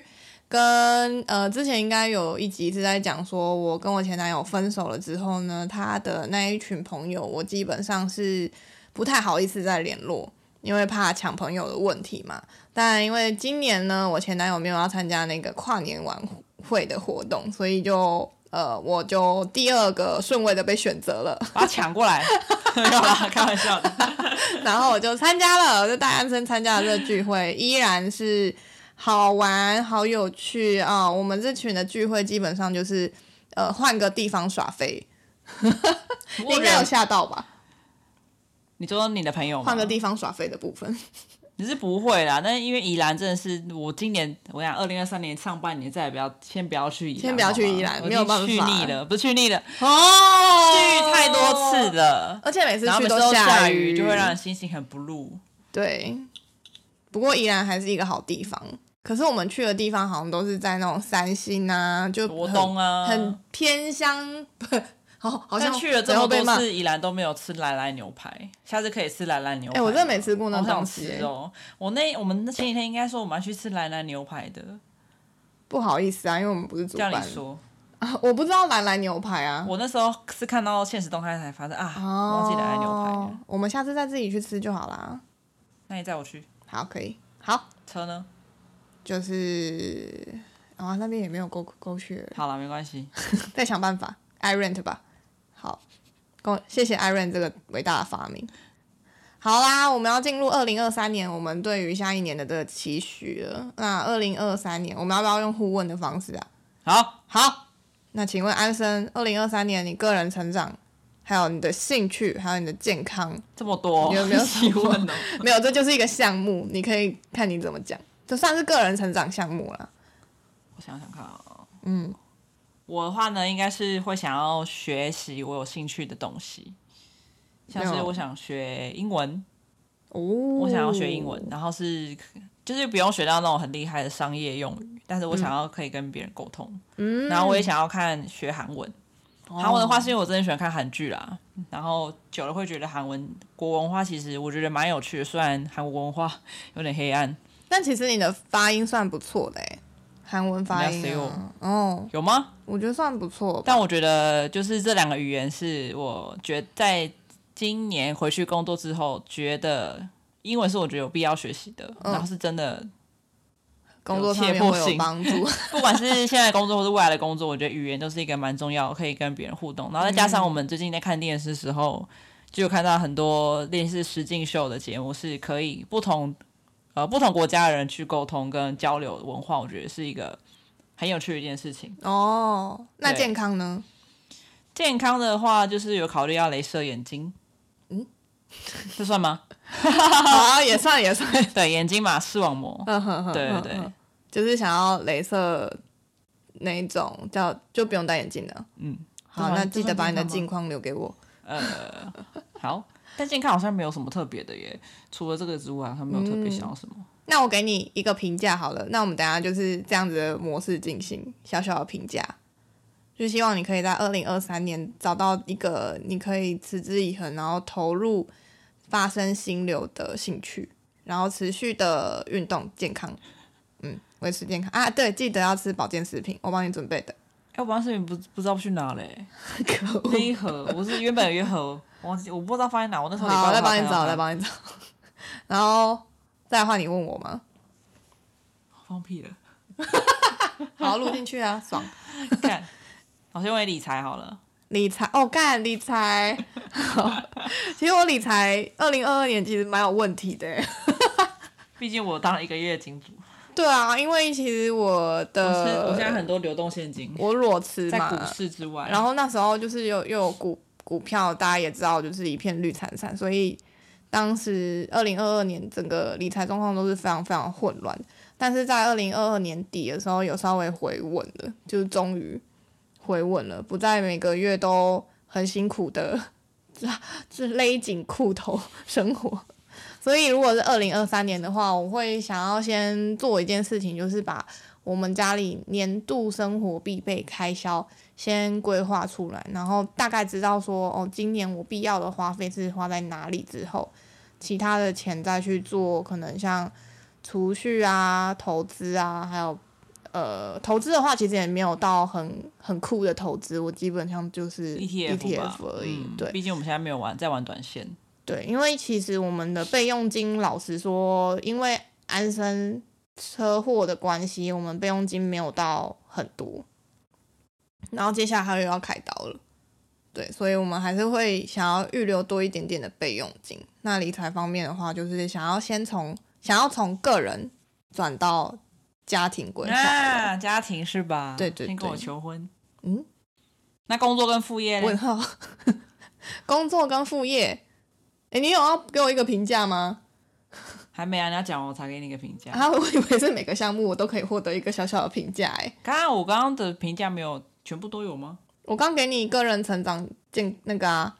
Speaker 1: 跟呃，之前应该有一集是在讲说，我跟我前男友分手了之后呢，他的那一群朋友，我基本上是不太好意思再联络，因为怕抢朋友的问题嘛。但因为今年呢，我前男友没有要参加那个跨年晚会的活动，所以就呃，我就第二个顺位的被选择了。
Speaker 2: 把它抢过来， 没有啦，开玩笑的。
Speaker 1: 然后我就参加了，就大安生参加了这个聚会，依然是好玩、好有趣啊、我们这群的聚会基本上就是，呃，换个地方耍飞，
Speaker 2: 不
Speaker 1: 你
Speaker 2: 过
Speaker 1: 应该有
Speaker 2: 人
Speaker 1: 吓到吧？
Speaker 2: 你说你的朋友吗
Speaker 1: 换个地方耍飞的部分，
Speaker 2: 你是不会啦，但因为宜兰真的是我今年，我想二零二三年上半年再也不要，先不要去宜兰，
Speaker 1: 先不要去宜兰
Speaker 2: 好吗
Speaker 1: 没有办法
Speaker 2: 我已经去腻了，不是去腻了，
Speaker 1: 哦
Speaker 2: 去太多次，了，
Speaker 1: 而且每次
Speaker 2: 然后
Speaker 1: 去
Speaker 2: 每次
Speaker 1: 都
Speaker 2: 都下
Speaker 1: 雨，
Speaker 2: 就会让人心情很不入。
Speaker 1: 对。不过宜兰还是一个好地方，可是我们去的地方好像都是在那种三星啊，就
Speaker 2: 罗
Speaker 1: 很
Speaker 2: 东啊，
Speaker 1: 很偏乡， 好好像
Speaker 2: 但去了这么
Speaker 1: 然后被骂
Speaker 2: 多次宜兰都没有吃兰兰牛排，下次可以吃兰兰牛
Speaker 1: 哎、
Speaker 2: 排。
Speaker 1: 我真的没吃过那
Speaker 2: 好
Speaker 1: 东
Speaker 2: 想
Speaker 1: 西、欸
Speaker 2: 吃哦！我那我们那前几天应该说我们要去吃兰兰牛排的，
Speaker 1: 不好意思啊，因为我们不是主
Speaker 2: 叫
Speaker 1: 办。
Speaker 2: 你说，
Speaker 1: 啊， 我不知道兰兰牛排啊。
Speaker 2: 我那时候是看到现实动态才发现
Speaker 1: 哦
Speaker 2: 啊，忘记兰兰牛排了。
Speaker 1: 我们下次再自己去吃就好啦。
Speaker 2: 那你载我去，
Speaker 1: 好，可以。好，
Speaker 2: 车呢？
Speaker 1: 就是啊、那边也没有勾勾血，
Speaker 2: 好了，没关系。
Speaker 1: 再想办法。i rent 吧。好，恭谢谢 i rent 这个伟大的发明。好啦，我们要进入二零二三年，我们对于下一年的这个期许了。那二零二三年，我们要不要用互问的方式啊？
Speaker 2: 好，
Speaker 1: 好，那请问安生，二零二三年你个人成长，还有你的兴趣，还有你的健康，
Speaker 2: 这么多，
Speaker 1: 你有 没有什么
Speaker 2: 提问哦？
Speaker 1: 没有，这就是一个项目，你可以看你怎么讲，这算是个人成长项目啦。
Speaker 2: 我想想看啊，
Speaker 1: 嗯，
Speaker 2: 我的话呢，应该是会想要学习我有兴趣的东西，像
Speaker 1: 没
Speaker 2: 是
Speaker 1: 有
Speaker 2: 我想学英文，
Speaker 1: 哦，
Speaker 2: 我
Speaker 1: 我
Speaker 2: 想要学英
Speaker 1: 哦
Speaker 2: 文，，然后是就是不用学到那种很厉害的商业用语，但是我想要可以跟别人沟通，
Speaker 1: 嗯，
Speaker 2: 然后我也想要看学韩文。
Speaker 1: 哦
Speaker 2: 韩文的话，是因为我真的喜欢看韩剧啦，然后久了会觉得韩文国文化其实我觉得蛮有趣的，虽然韩国文化有点黑暗，
Speaker 1: 但其实你的发音算不错的
Speaker 2: 欸
Speaker 1: 哎，韩文发音、啊，哦，
Speaker 2: 有吗？
Speaker 1: 我觉得算不错吧，
Speaker 2: 但我觉得就是这两个语言是我觉得在今年回去工作之后，觉得英文是我觉得有必要学习的，
Speaker 1: 嗯
Speaker 2: 然后是真的，
Speaker 1: 工作上面
Speaker 2: 有切
Speaker 1: 会
Speaker 2: 迫
Speaker 1: 有
Speaker 2: 性
Speaker 1: 帮助。
Speaker 2: 不管是现在的工作或是未来的工作，我觉得语言都是一个蛮重要，可以跟别人互动。然后再加上我们最近在看电视的时候，就有看到很多类似实境秀的节目，是可以不同呃不同国家的人去沟通跟交流文化，我觉得是一个很有趣的一件事情。
Speaker 1: 哦，那
Speaker 2: 对
Speaker 1: 健康呢？
Speaker 2: 健康的话，就是有考虑要镭射眼睛。嗯，这算 吗？
Speaker 1: 好，啊也算也算，
Speaker 2: 对，眼睛嘛，视网膜。
Speaker 1: 嗯哼哼，
Speaker 2: 对 对
Speaker 1: 哼
Speaker 2: 对，
Speaker 1: 哼 就是想要镭射那一种叫就不用戴眼镜的。
Speaker 2: 嗯，
Speaker 1: 好，
Speaker 2: 这算
Speaker 1: 那记得把你的
Speaker 2: 这算健
Speaker 1: 镜框留给我。
Speaker 2: 呃，好。但健康好像没有什么特别的耶，除了这个之外，好像没有特别想要什么。
Speaker 1: 那我给你一个评价好了，那我们等一下就是这样子的模式进行小小的评价，就希望你可以在二零二三年找到一个你可以持之以恒，然后投入发生心流的兴趣，然后持续的运动健康，嗯，维持健康啊，对，记得要吃保健食品，我帮你准备的。
Speaker 2: 哎、我王思敏不不知道去哪嘞，
Speaker 1: 可恶
Speaker 2: 那一盒我是原本有一盒，我忘记我不知道放在哪，我那时候礼拜
Speaker 1: 好，
Speaker 2: 五
Speaker 1: 我再帮
Speaker 2: 才
Speaker 1: 你找，
Speaker 2: 看
Speaker 1: 再
Speaker 2: 到它
Speaker 1: 帮你找。 然后再来换你问我吗？
Speaker 2: 放屁了。
Speaker 1: 好，录进去啊，爽。
Speaker 2: 看，我先问你理财好了，
Speaker 1: 理财哦，干理财。 好其实我理财，二零二二年其实蛮有问题的欸。
Speaker 2: 毕竟我当了一个月的金主，
Speaker 1: 对啊，因为其实我
Speaker 2: 我是
Speaker 1: 的
Speaker 2: 我现在很多流动现金，
Speaker 1: 我裸辞
Speaker 2: 在
Speaker 1: 嘛
Speaker 2: 股，市之外，
Speaker 1: 然后那时候就是有又有股股票，大家也知道，就是一片绿惨惨，所以当时二零二二年整个理财状况都是非常非常混乱。但是在二零二二年底的时候，有稍微回稳了，就是终于回稳了，不再每个月都很辛苦的 这勒紧裤头生活。所以，如果是二零二三年的话，我会想要先做一件事情，就是把我们家里年度生活必备开销先规划出来，然后大概知道说哦，今年我必要的花费是花在哪里之后，其他的钱再去做，可能像储蓄啊、投资啊，还有呃，投资的话其实也没有到很很酷的投资，我基本上就是
Speaker 2: ETF E 吧
Speaker 1: ETF E 而已。
Speaker 2: 嗯
Speaker 1: 对
Speaker 2: 毕竟我们现在没有玩，在玩短线，
Speaker 1: 对，因为其实我们的备用金，老实说，因为安生车祸的关系，我们备用金没有到很多，然后接下来还有要开刀了。对，所以我们还是会想要预留多一点点的备用金。那理财方面的话，就是想要先从想要从个人转到家庭规划了。
Speaker 2: 啊，家庭是吧？
Speaker 1: 对对
Speaker 2: 先跟
Speaker 1: 对
Speaker 2: 我求婚。
Speaker 1: 嗯，
Speaker 2: 那工作跟副业
Speaker 1: 问
Speaker 2: 嘞？
Speaker 1: 号， 工作跟副业，哎，你有要给我一个评价吗？
Speaker 2: 还没啊，你要讲完我才给你一个评价。
Speaker 1: 啊，我以为是每个项目我都可以获得一个小小的评价哎。
Speaker 2: 刚刚我刚刚的评价没有全部都有吗？
Speaker 1: 我刚给你个人成长健那个啊，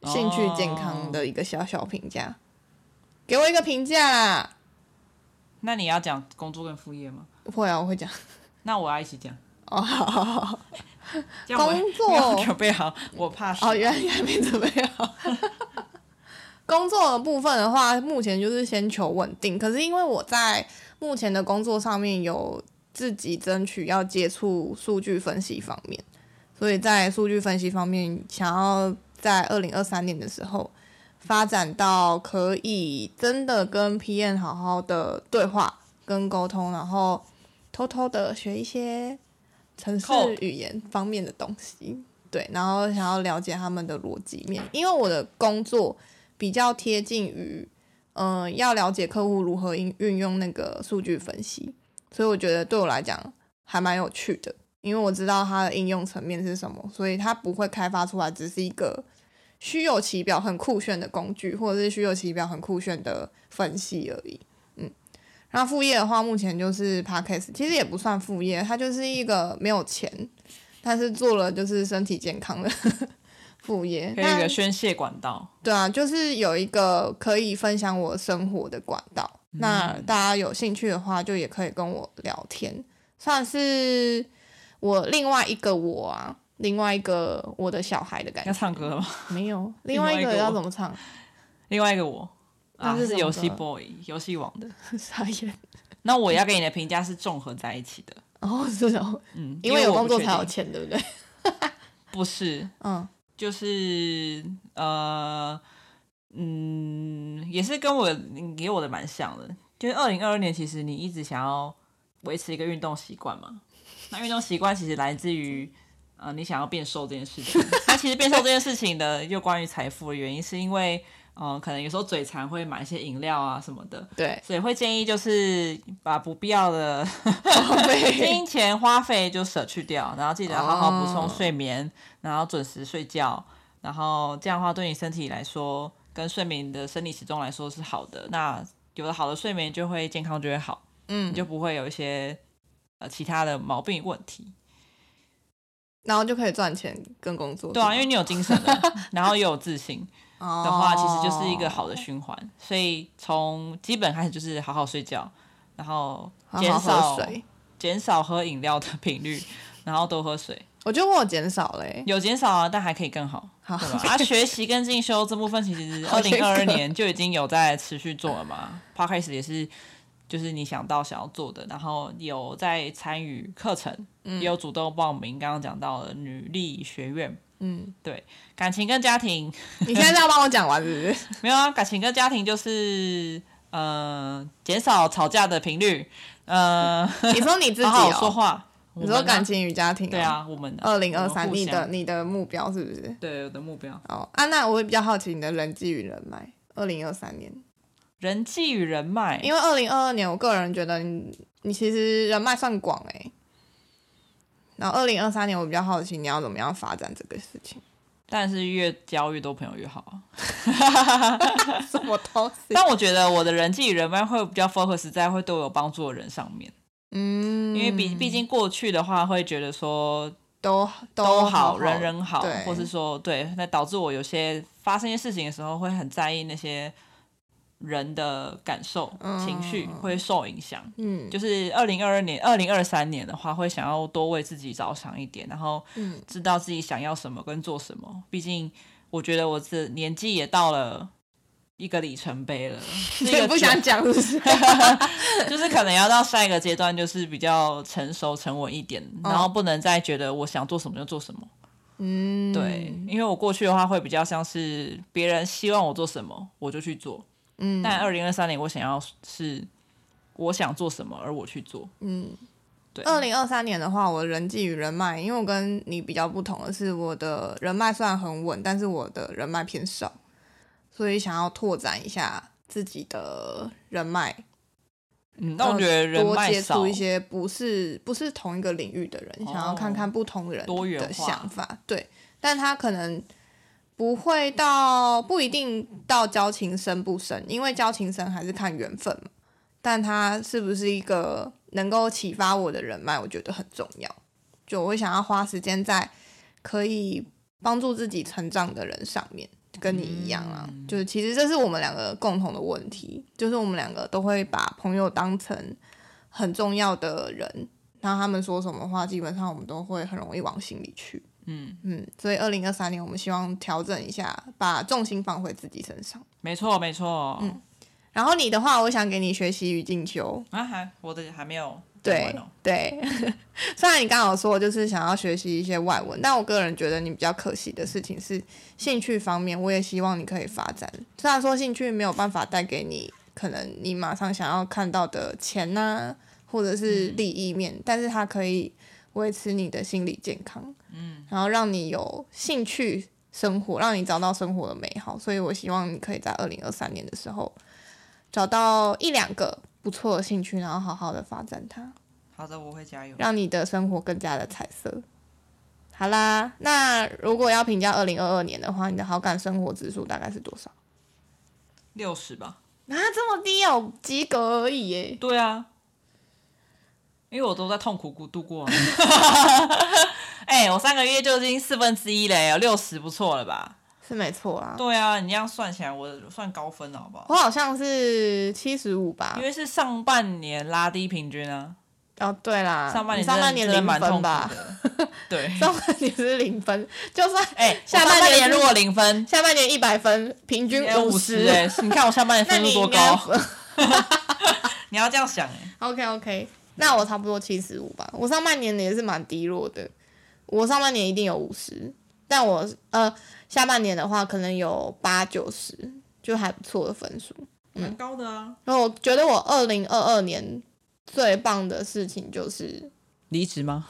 Speaker 2: 哦
Speaker 1: 兴趣健康的一个小小评价，给我一个评价啦。
Speaker 2: 那你要讲工作跟副业吗？
Speaker 1: 会啊，我会讲。
Speaker 2: 那我要一起讲。
Speaker 1: 哦，好好好好，
Speaker 2: 这样我
Speaker 1: 工作
Speaker 2: 没有准备好，我怕死。
Speaker 1: 哦，原来你还没准备好。 工作的部分的话，目前就是先求稳定。可是因为我在目前的工作上面有自己争取要接触数据分析方面，所以在数据分析方面，想要在二零二三年的时候发展到可以真的跟 PM 好好的对话跟沟通，然后偷偷的学一些城市
Speaker 2: Code
Speaker 1: 语言方面的东西。对，然后想要了解他们的逻辑面，因为我的工作比较贴近于，嗯、要了解客户如何运运用那个数据分析，所以我觉得对我来讲还蛮有趣的，因为我知道它的应用层面是什么，所以它不会开发出来只是一个虚有其表、很酷炫的工具，或者是虚有其表、很酷炫的分析而已。嗯，然后副业的话，目前就是 podcast，其实也不算副业，它就是一个没有钱，但是做了就是身体健康的 副业。
Speaker 2: 可以有一
Speaker 1: 那
Speaker 2: 个宣泄管道。
Speaker 1: 对啊，就是有一个可以分享我生活的管道。
Speaker 2: 嗯
Speaker 1: 那大家有兴趣的话，就也可以跟我聊天，算是我另外一个我啊，另外一个我的小孩的感
Speaker 2: 要
Speaker 1: 觉。
Speaker 2: 唱歌 吗？
Speaker 1: 没有，另
Speaker 2: 另
Speaker 1: 外
Speaker 2: 外
Speaker 1: 一
Speaker 2: 一个
Speaker 1: 个要
Speaker 2: 我
Speaker 1: 怎么 唱？
Speaker 2: 另外一个我啊
Speaker 1: 那是什
Speaker 2: 是
Speaker 1: 么
Speaker 2: 游戏
Speaker 1: 歌
Speaker 2: boy，游戏王的。
Speaker 1: 傻眼。
Speaker 2: 那我要给你的评价是综合在一起的。
Speaker 1: 然后这种，
Speaker 2: 嗯，
Speaker 1: 哦因
Speaker 2: 为
Speaker 1: 为有
Speaker 2: 我
Speaker 1: 工
Speaker 2: 不
Speaker 1: 作
Speaker 2: 确
Speaker 1: 才有
Speaker 2: 定
Speaker 1: 钱，对不对？
Speaker 2: 不是，
Speaker 1: 嗯，
Speaker 2: 就是呃，嗯，也是跟我你给我的蛮像的。就是二零二二年，其实你一直想要维持一个运动习惯嘛。那运动习惯其实来自于呃，你想要变瘦这件事情。那其实变瘦这件事情的，就关于财富的原因，是因为呃，可能有时候嘴馋会买一些饮料啊什么的，，
Speaker 1: 对
Speaker 2: 所以会建议就是把不必要的
Speaker 1: 对，
Speaker 2: 金钱花费就舍去掉，然后记得好好补充睡眠，
Speaker 1: 哦
Speaker 2: 然后准时睡觉，然后这样的话对你身体来说跟睡眠的生理时钟来说是好的。那有了好的睡眠，就会健康就会好，
Speaker 1: 嗯
Speaker 2: 你，就不会有一些呃其他的毛病问题。
Speaker 1: 嗯然后就可以赚钱跟工作。
Speaker 2: 对啊，因为
Speaker 1: 为
Speaker 2: 你有精神 了，然后又有自信
Speaker 1: 的
Speaker 2: 的
Speaker 1: 哦
Speaker 2: 话，其实就是一个好的循环。所以从基本开始就是好好睡觉，然后减
Speaker 1: 好好
Speaker 2: 少
Speaker 1: 喝水。
Speaker 2: 减少喝饮料的频率， 然后多喝水。
Speaker 1: 我觉得我有减少嘞、
Speaker 2: 有减少啊，但还可以更好，
Speaker 1: 好
Speaker 2: 对吧？ 啊，学习跟进修这部分其实
Speaker 1: 好
Speaker 2: 二
Speaker 1: 严
Speaker 2: 零
Speaker 1: 格
Speaker 2: 二二年就已经有在持续做了嘛。Podcast 也是，就是你想到想要做的，然后有在参与课程，
Speaker 1: 嗯
Speaker 2: 也有主动报名。刚刚讲到的女力学院，
Speaker 1: 嗯，
Speaker 2: 感情跟家庭
Speaker 1: 你现在是要帮我讲完是不是？
Speaker 2: 没有啊，感情跟家庭就是呃减少吵架的频率，呃，
Speaker 1: 你说 你自己、哦、
Speaker 2: 好好说话。
Speaker 1: 你
Speaker 2: 我
Speaker 1: 说
Speaker 2: 们啊
Speaker 1: 感情与家庭、哦
Speaker 2: 对，啊，我们
Speaker 1: 二零二三，你
Speaker 2: 年
Speaker 1: 的你的目标是不是？
Speaker 2: 对我的目标，
Speaker 1: 哦，啊，那我也比较好奇你的人际与人脉。二零二三年，
Speaker 2: 人际与人脉，
Speaker 1: 因为二零二二年，我个人觉得你你其实人脉算广哎、然后二零二三年，我比较好奇你要怎么样发展这个事 情，
Speaker 2: 但是越交越多朋友越好啊。
Speaker 1: 什么东西？
Speaker 2: 但我觉得我的人际人脉会比较 focus 在会对我有帮助的人上面，
Speaker 1: 嗯，
Speaker 2: 因为毕毕竟过去的话会觉得说
Speaker 1: 都都
Speaker 2: 都
Speaker 1: 好，
Speaker 2: 人人好
Speaker 1: 对，
Speaker 2: 或是说对，那导致我有些发生一些事情的时候会很在意那些人的感受、
Speaker 1: 嗯
Speaker 2: 情绪会受影响。
Speaker 1: 嗯，
Speaker 2: 就是二零二二年、二零二三年的话，会想要多为自己着想一点，然后
Speaker 1: 嗯
Speaker 2: 知道自己想要什么跟做什么。毕竟我觉得我这年纪也到了一个里程碑 了，是一
Speaker 1: 也
Speaker 2: 个
Speaker 1: 不想
Speaker 2: 转
Speaker 1: 讲，是不 是？
Speaker 2: 就是可能要到下一个阶段，就是比较成熟沉稳一点，然后不能再觉得我想做什么就做什么。
Speaker 1: 嗯，
Speaker 2: 对，因为我过去的话会比较像是别人希望我做什么，我就去做。
Speaker 1: 嗯
Speaker 2: 但二零二三年我想要是我想做什么，而我去做。
Speaker 1: 嗯，
Speaker 2: 对
Speaker 1: 二零二三年的话，我人际与人脉，因为我跟你比较不同的是，我的人脉虽然很稳，但是我的人脉偏少，所以想要拓展一下自己的人脉，
Speaker 2: 嗯，但我觉得人
Speaker 1: 多
Speaker 2: 脉
Speaker 1: 接
Speaker 2: 少
Speaker 1: 触一些不是不是同一个领域的人，
Speaker 2: 哦
Speaker 1: 想要看看不同人
Speaker 2: 多元化
Speaker 1: 的想法，对，但他可能不会到不一定到交情深不深，因为交情深还是看缘分嘛。但他是不是一个能够启发我的人脉，我觉得很重要。就我会想要花时间在可以帮助自己成长的人上面，跟你一样啊。就是其实这是我们两个共同的问题，就是我们两个都会把朋友当成很重要的人，然后他们说什么话，基本上我们都会很容易往心里去。
Speaker 2: 嗯
Speaker 1: 嗯，所以二零二三年我们希望调整一下，把重心放回自己身上。
Speaker 2: 没错没错。
Speaker 1: 嗯然后你的话，我想给你学习与进修。
Speaker 2: 啊还我的还没有讲
Speaker 1: 对
Speaker 2: 完哦
Speaker 1: 对， 虽然你刚好说就是想要学习一些外文，但我个人觉得你比较可惜的事情是兴趣方面，我也希望你可以发展。虽然说兴趣没有办法带给你可能你马上想要看到的钱呐、或者是利益面，但是它可以维持你的心理健康，嗯，然后让你有兴趣生活，让你找到生活的美好。所以我希望你可以在二零二三年的时候找到一两个不错的兴趣，然后好好的发展它。
Speaker 2: 好的，我会加 油。
Speaker 1: 让你的生活更加的彩色。好啦，那如果要评价二零二二年的话，你的好感生活指数大概是多少？
Speaker 2: 六十吧。
Speaker 1: 啊，这么低哦，及格而已耶。
Speaker 2: 对啊，因为我都在痛苦谷 度过、啊。哎、我三个月就已经四分之一嘞，六十不错了吧？
Speaker 1: 是没错啊。
Speaker 2: 对啊，你这样算起来，我算高分了，好不好？
Speaker 1: 我好像是七十五吧
Speaker 2: 因。为是上半年拉低平均啊，
Speaker 1: 哦，对啦，
Speaker 2: 上半年
Speaker 1: 你上半年
Speaker 2: 真的
Speaker 1: 零
Speaker 2: 蛮痛
Speaker 1: 分
Speaker 2: 苦
Speaker 1: 吧？
Speaker 2: 的。对，
Speaker 1: 上半年是零分，就算
Speaker 2: 哎、我
Speaker 1: 下
Speaker 2: 上
Speaker 1: 半
Speaker 2: 半
Speaker 1: 年
Speaker 2: 年如果零分，
Speaker 1: 下半年一百分，平均
Speaker 2: 五
Speaker 1: 十
Speaker 2: 十哎，你看我下半 年
Speaker 1: 那
Speaker 2: 分
Speaker 1: 你
Speaker 2: 数多
Speaker 1: 应该
Speaker 2: 高？你要这样想哎、
Speaker 1: OK OK，那我差不多七十五吧。我上半年也是蛮低落的，我上半年一定有五十，但我呃下半年的话可能有八九十，就还不错的分数。
Speaker 2: 蛮高的啊。
Speaker 1: 然后我觉得我二零二二年最棒的事情就是
Speaker 2: 离职吗？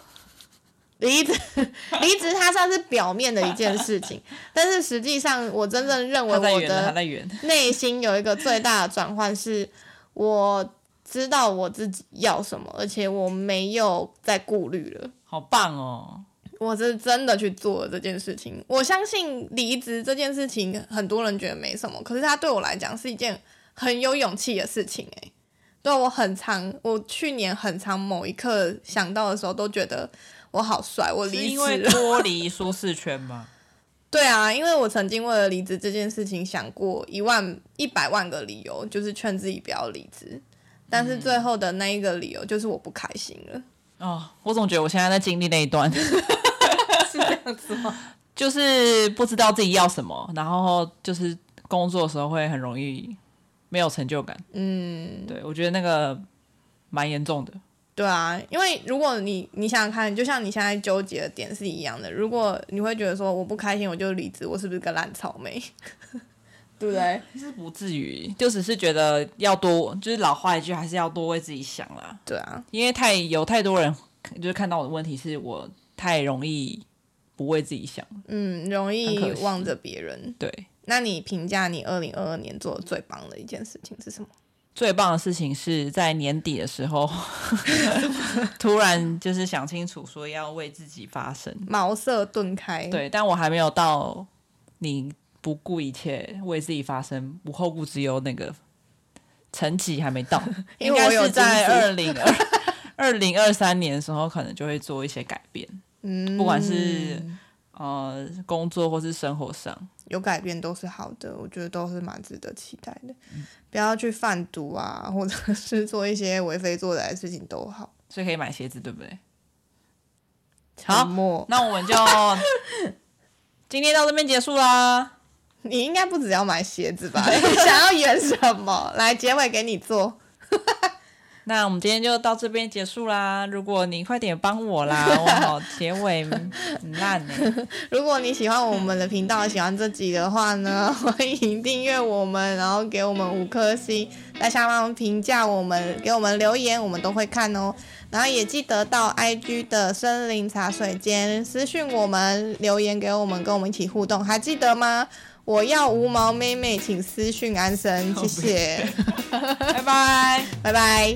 Speaker 1: 离职， 离职它算是表面的一件事情，但是实际上我真正认为
Speaker 2: 他在
Speaker 1: 我
Speaker 2: 远了，
Speaker 1: 的
Speaker 2: 他在远。
Speaker 1: 内心有一个最大的转换是，我知道我自己要什么，而且我没有再顾虑了。
Speaker 2: 好棒哦！
Speaker 1: 我是真的去做了这件事情。我相信离职这件事情，很多人觉得没什么，可是它对我来讲是一件很有勇气的事情、欸。诶，对我很常，我去年很常某一刻想到的时候，都觉得我好帅，我
Speaker 2: 是
Speaker 1: 离
Speaker 2: 因
Speaker 1: 职
Speaker 2: 为
Speaker 1: 了。
Speaker 2: 脱离舒适圈吗？
Speaker 1: 对啊，因为我曾经为了离职这件事情想过一万一百万个理由，就是劝自己不要离职，但
Speaker 2: 嗯
Speaker 1: 是最后的那一个理由就是我不开心了，
Speaker 2: 哦，我总觉得我现在在经历那一 段，
Speaker 1: 是这样子吗？
Speaker 2: 就是不知道自己要什么，然后就是工作的时候会很容易没有成就感。嗯，对，我觉得那个蛮严重的。
Speaker 1: 对啊，因为如果你你想想看，就像你现在纠结的点是一样的，如果你会觉得说我不开心我就离职，我是不是个烂草莓？ 对不对？
Speaker 2: 是不至于，就只是觉得要多，就是老话一句，还是要多为自己想啦。
Speaker 1: 对啊，
Speaker 2: 因为太有太多人，就是看到我的问题是我太容易不为自己想了。
Speaker 1: 嗯，容易
Speaker 2: 很可惜
Speaker 1: 望着别人。
Speaker 2: 对，
Speaker 1: 那你评价你二零二二年做的最棒的一件事情是什么？
Speaker 2: 最棒的事情是在年底的 时候，突然就是想清楚说要为自己发声。
Speaker 1: 茅塞顿开。。
Speaker 2: 对，但我还没有到你不顾一切为自己发声、无后顾之忧那个层级，还没到
Speaker 1: 因
Speaker 2: 应
Speaker 1: 为我
Speaker 2: 该
Speaker 1: 有
Speaker 2: 是在
Speaker 1: 金
Speaker 2: 二零二二零二三年的时候，可能就会做一些改变，
Speaker 1: 嗯，
Speaker 2: 不管是呃工作或是生活上。
Speaker 1: 有改变都是好的，我觉得都是蛮值得期待的。不要去贩毒啊，或者 是做一些为非作歹的事情都好。
Speaker 2: 所以可以买鞋子，对不对？
Speaker 1: 沉
Speaker 2: 好
Speaker 1: 默，
Speaker 2: 那我们就今天到这边结束啦。
Speaker 1: 你应该不只要买鞋子吧？你想要演什么？来，结尾给你做。
Speaker 2: 那我们今天就到这边结束啦。如果你快点帮我啦，我好结尾很烂呢、
Speaker 1: 如果你喜欢我们的频道，喜欢这集的话呢，欢迎订阅我们，然后给我们五颗星，在下方评价我们，给我们留言，我们都会看哦。然后也记得到 IG 的森林茶水间私讯我们，留言给我们，跟我们一起互动，还记得吗？我要无毛妹妹，请私讯安生，谢谢，
Speaker 2: 拜拜。
Speaker 1: 拜拜。